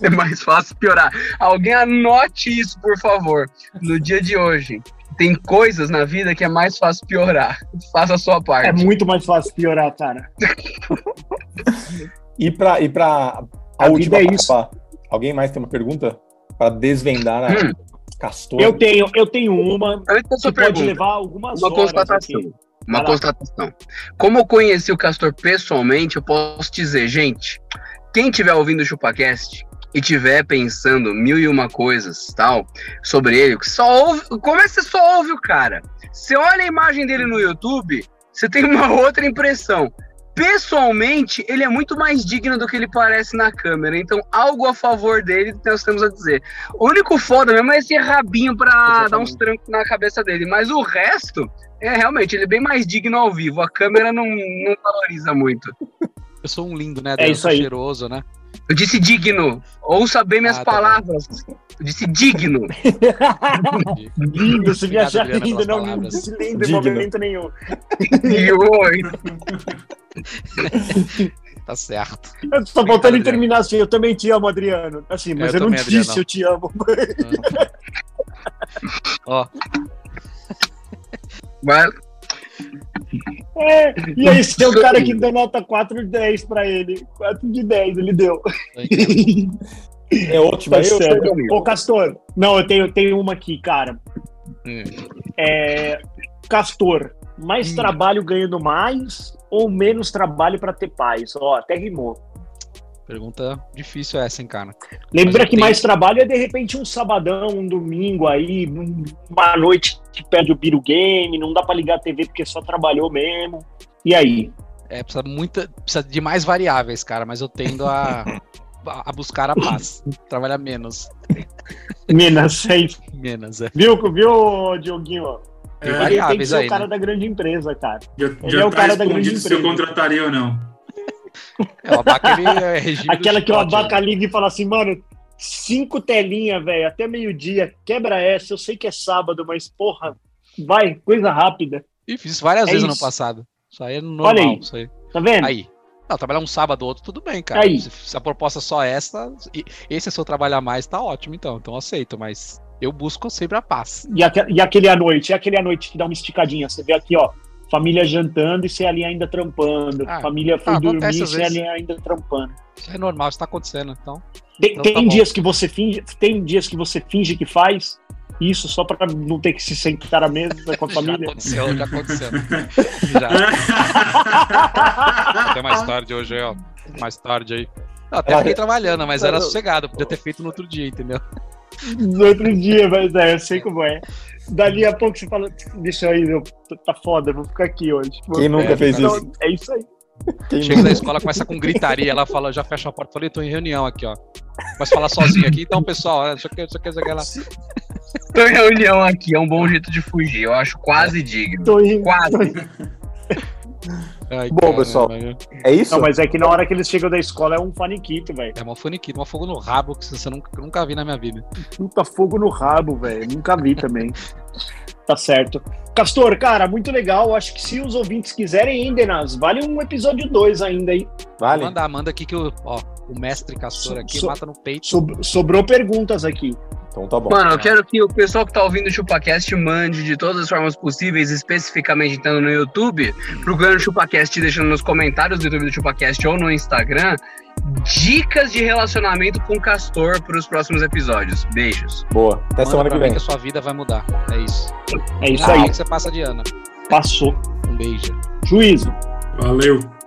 Speaker 5: É mais fácil piorar. Alguém anote isso, por favor, no dia de hoje. Tem coisas na vida que é mais fácil piorar. Faça a sua
Speaker 1: Tá.
Speaker 5: parte.
Speaker 3: É muito mais fácil piorar, cara.
Speaker 1: E para e pra a,
Speaker 3: A
Speaker 1: última
Speaker 3: vida é isso.
Speaker 1: pra- Alguém mais tem uma pergunta para desvendar a
Speaker 5: Hum.
Speaker 1: Castor?
Speaker 3: Eu tenho, eu tenho uma
Speaker 5: Antes da
Speaker 3: que
Speaker 5: sua
Speaker 3: pode
Speaker 5: pergunta,
Speaker 3: levar algumas
Speaker 5: Uma
Speaker 3: horas.
Speaker 5: constatação.
Speaker 3: aqui.
Speaker 5: Uma
Speaker 3: Vai lá.
Speaker 5: constatação. Como eu conheci o Castor pessoalmente, eu posso dizer, gente, quem estiver ouvindo o ChupaCast, e tiver pensando mil e uma coisas tal sobre ele, que só ouve, como é que você só ouve o cara? Você olha a imagem dele no YouTube, você tem uma outra impressão. Pessoalmente, ele é muito mais digno do que ele parece na câmera. Então, algo a favor dele nós temos a dizer. O único foda mesmo é esse rabinho pra dar uns trancos na cabeça dele. Mas o resto, é realmente, ele é bem mais digno ao vivo. A câmera não, não valoriza muito.
Speaker 2: Eu sou um lindo, né?
Speaker 3: É isso aí.
Speaker 2: Cheiroso, né?
Speaker 5: Eu disse digno. Ouça bem minhas
Speaker 2: Ah, tá bom.
Speaker 5: palavras. Eu disse digno.
Speaker 3: Lindo, você me
Speaker 2: Obrigado,
Speaker 3: achar
Speaker 2: Adriana,
Speaker 3: lindo,
Speaker 2: pelas
Speaker 3: não lindo,
Speaker 2: palavras.
Speaker 3: lindo em
Speaker 1: Digno.
Speaker 3: momento nenhum.
Speaker 5: E oi.
Speaker 2: Tá certo.
Speaker 3: Eu tô faltando
Speaker 2: Adriano.
Speaker 3: ele terminar assim, eu também te amo, Adriano. Assim, mas
Speaker 2: Eu
Speaker 3: eu, não
Speaker 2: também, Adriano.
Speaker 3: disse eu te amo.
Speaker 2: Ó,
Speaker 5: Vai-
Speaker 3: É, e aí, esse é o cara que deu nota 4 de 10 pra ele. 4 de 10 ele deu.
Speaker 2: eu entendo.
Speaker 1: É ótimo.
Speaker 3: Tá
Speaker 1: eu-
Speaker 3: certo. Ô, Castor. Não, eu tenho, tenho uma aqui, cara.
Speaker 2: Hum.
Speaker 3: É, Castor, mais
Speaker 2: Hum.
Speaker 3: trabalho ganhando mais ou menos trabalho pra ter paz? Ó, até rimou.
Speaker 2: pergunta difícil essa, hein, cara. Mas
Speaker 3: Lembra
Speaker 2: eu
Speaker 3: que
Speaker 2: tenho-
Speaker 3: mais trabalho é de repente um sabadão, um domingo aí, um- uma noite que perde o Biro Game, não dá pra ligar a TV porque só trabalhou mesmo. E aí?
Speaker 2: É, precisa muita. Precisa de mais variáveis, cara, mas eu tendo a, a a buscar a paz. Trabalhar menos.
Speaker 3: Minas, é isso.
Speaker 2: Menos, é.
Speaker 3: Viu, viu, Dioguinho?
Speaker 4: É,
Speaker 2: Tem
Speaker 3: Ele tem que
Speaker 2: variáveis
Speaker 3: ser
Speaker 2: aí,
Speaker 3: o cara
Speaker 2: né?
Speaker 3: da grande empresa, cara.
Speaker 4: Já,
Speaker 3: Ele
Speaker 4: já
Speaker 3: é o
Speaker 4: tá
Speaker 3: cara da
Speaker 4: respondido
Speaker 3: grande
Speaker 4: se eu
Speaker 3: empresa.
Speaker 4: contrataria ou não.
Speaker 2: É, o abaca, ele é regime do
Speaker 3: Aquela que o
Speaker 2: chicote,
Speaker 3: abaca
Speaker 2: né?
Speaker 3: liga e fala assim, mano, cinco telinhas, velho, até meio-dia, quebra essa. Eu sei que é sábado, mas porra, vai, coisa rápida.
Speaker 2: Ih, fiz isso várias
Speaker 3: É
Speaker 2: vezes no
Speaker 3: isso.
Speaker 2: passado. Isso aí é normal.
Speaker 3: aí.
Speaker 2: Isso aí.
Speaker 3: Tá vendo?
Speaker 2: aí. Não, trabalhar um sábado ou outro, tudo bem, cara.
Speaker 3: Aí.
Speaker 2: Se, se a proposta é só essa, e- esse é seu trabalhar mais, tá ótimo, então. Então eu aceito, mas eu busco sempre a paz.
Speaker 3: E, aque- e aquele à noite, é aquele à noite que dá uma esticadinha. Você vê aqui, ó, família jantando e você ali ainda trampando.
Speaker 2: Ah,
Speaker 3: família foi
Speaker 2: ah,
Speaker 3: dormir
Speaker 2: acontece
Speaker 3: e
Speaker 2: às
Speaker 3: você
Speaker 2: vezes.
Speaker 3: ali ainda trampando.
Speaker 2: Isso é normal, isso tá acontecendo, então.
Speaker 3: Tem,
Speaker 2: Então
Speaker 3: tem
Speaker 2: tá bom.
Speaker 3: dias que você finge, tem dias que você finge que faz isso só pra não ter que se sentar à mesa com a
Speaker 2: Já
Speaker 3: família.
Speaker 2: aconteceu, já aconteceu. já. Até mais tarde hoje, aí, ó. Mais tarde aí. Não, até fiquei trabalhando, mas era sossegado, podia ter feito no outro dia, entendeu?
Speaker 3: No outro dia, mas é, eu sei como é. Dali a pouco você fala, deixa aí, meu, tá foda, eu vou ficar aqui hoje.
Speaker 1: Quem nunca
Speaker 2: É,
Speaker 1: fez
Speaker 3: Então,
Speaker 1: isso? É
Speaker 3: é isso aí.
Speaker 1: Quem
Speaker 2: Chega
Speaker 1: nunca?
Speaker 2: da escola, começa com gritaria, ela fala, já fecha a porta, falei, tô em reunião aqui, ó. Começa a falar sozinho aqui, então, pessoal, é, só que, só que, só que ela...
Speaker 5: Tô em reunião aqui, é um bom jeito de fugir. Eu acho quase digno.
Speaker 3: Tô indo.
Speaker 5: Quase.
Speaker 2: Ai,
Speaker 1: Bom, pessoal.
Speaker 2: viu?
Speaker 1: É isso?
Speaker 3: Não, mas é que na hora que eles chegam da escola é um faniquito, velho.
Speaker 2: É uma funiquita, uma fogo no rabo que você nunca, nunca vi na minha vida.
Speaker 3: Puta fogo no rabo, velho. Nunca vi também. tá certo. Castor, cara, muito legal. Acho que se os ouvintes quiserem, hein, Denas, vale um episódio 2 ainda aí.
Speaker 1: Vale?
Speaker 2: Manda, manda aqui que o, ó, o mestre castor
Speaker 3: So-
Speaker 2: aqui
Speaker 3: so-
Speaker 2: mata no peito.
Speaker 3: Sob- sobrou perguntas aqui.
Speaker 1: Então tá bom.
Speaker 5: Mano, eu quero que o pessoal que tá ouvindo o ChupaCast mande de todas as formas possíveis, especificamente estando no YouTube, procurando o ChupaCast e deixando nos comentários do YouTube do ChupaCast ou no Instagram, dicas de relacionamento com Castor pros próximos episódios. Beijos.
Speaker 1: Boa. Até
Speaker 2: Manda
Speaker 1: semana
Speaker 2: pra
Speaker 1: que
Speaker 2: mim
Speaker 1: vem.
Speaker 2: que a sua vida vai mudar. É isso.
Speaker 3: É isso
Speaker 2: Ah,
Speaker 3: aí.
Speaker 1: Ah.
Speaker 2: que você passa de ano.
Speaker 3: Passou.
Speaker 2: Um beijo.
Speaker 3: Juízo.
Speaker 4: Valeu.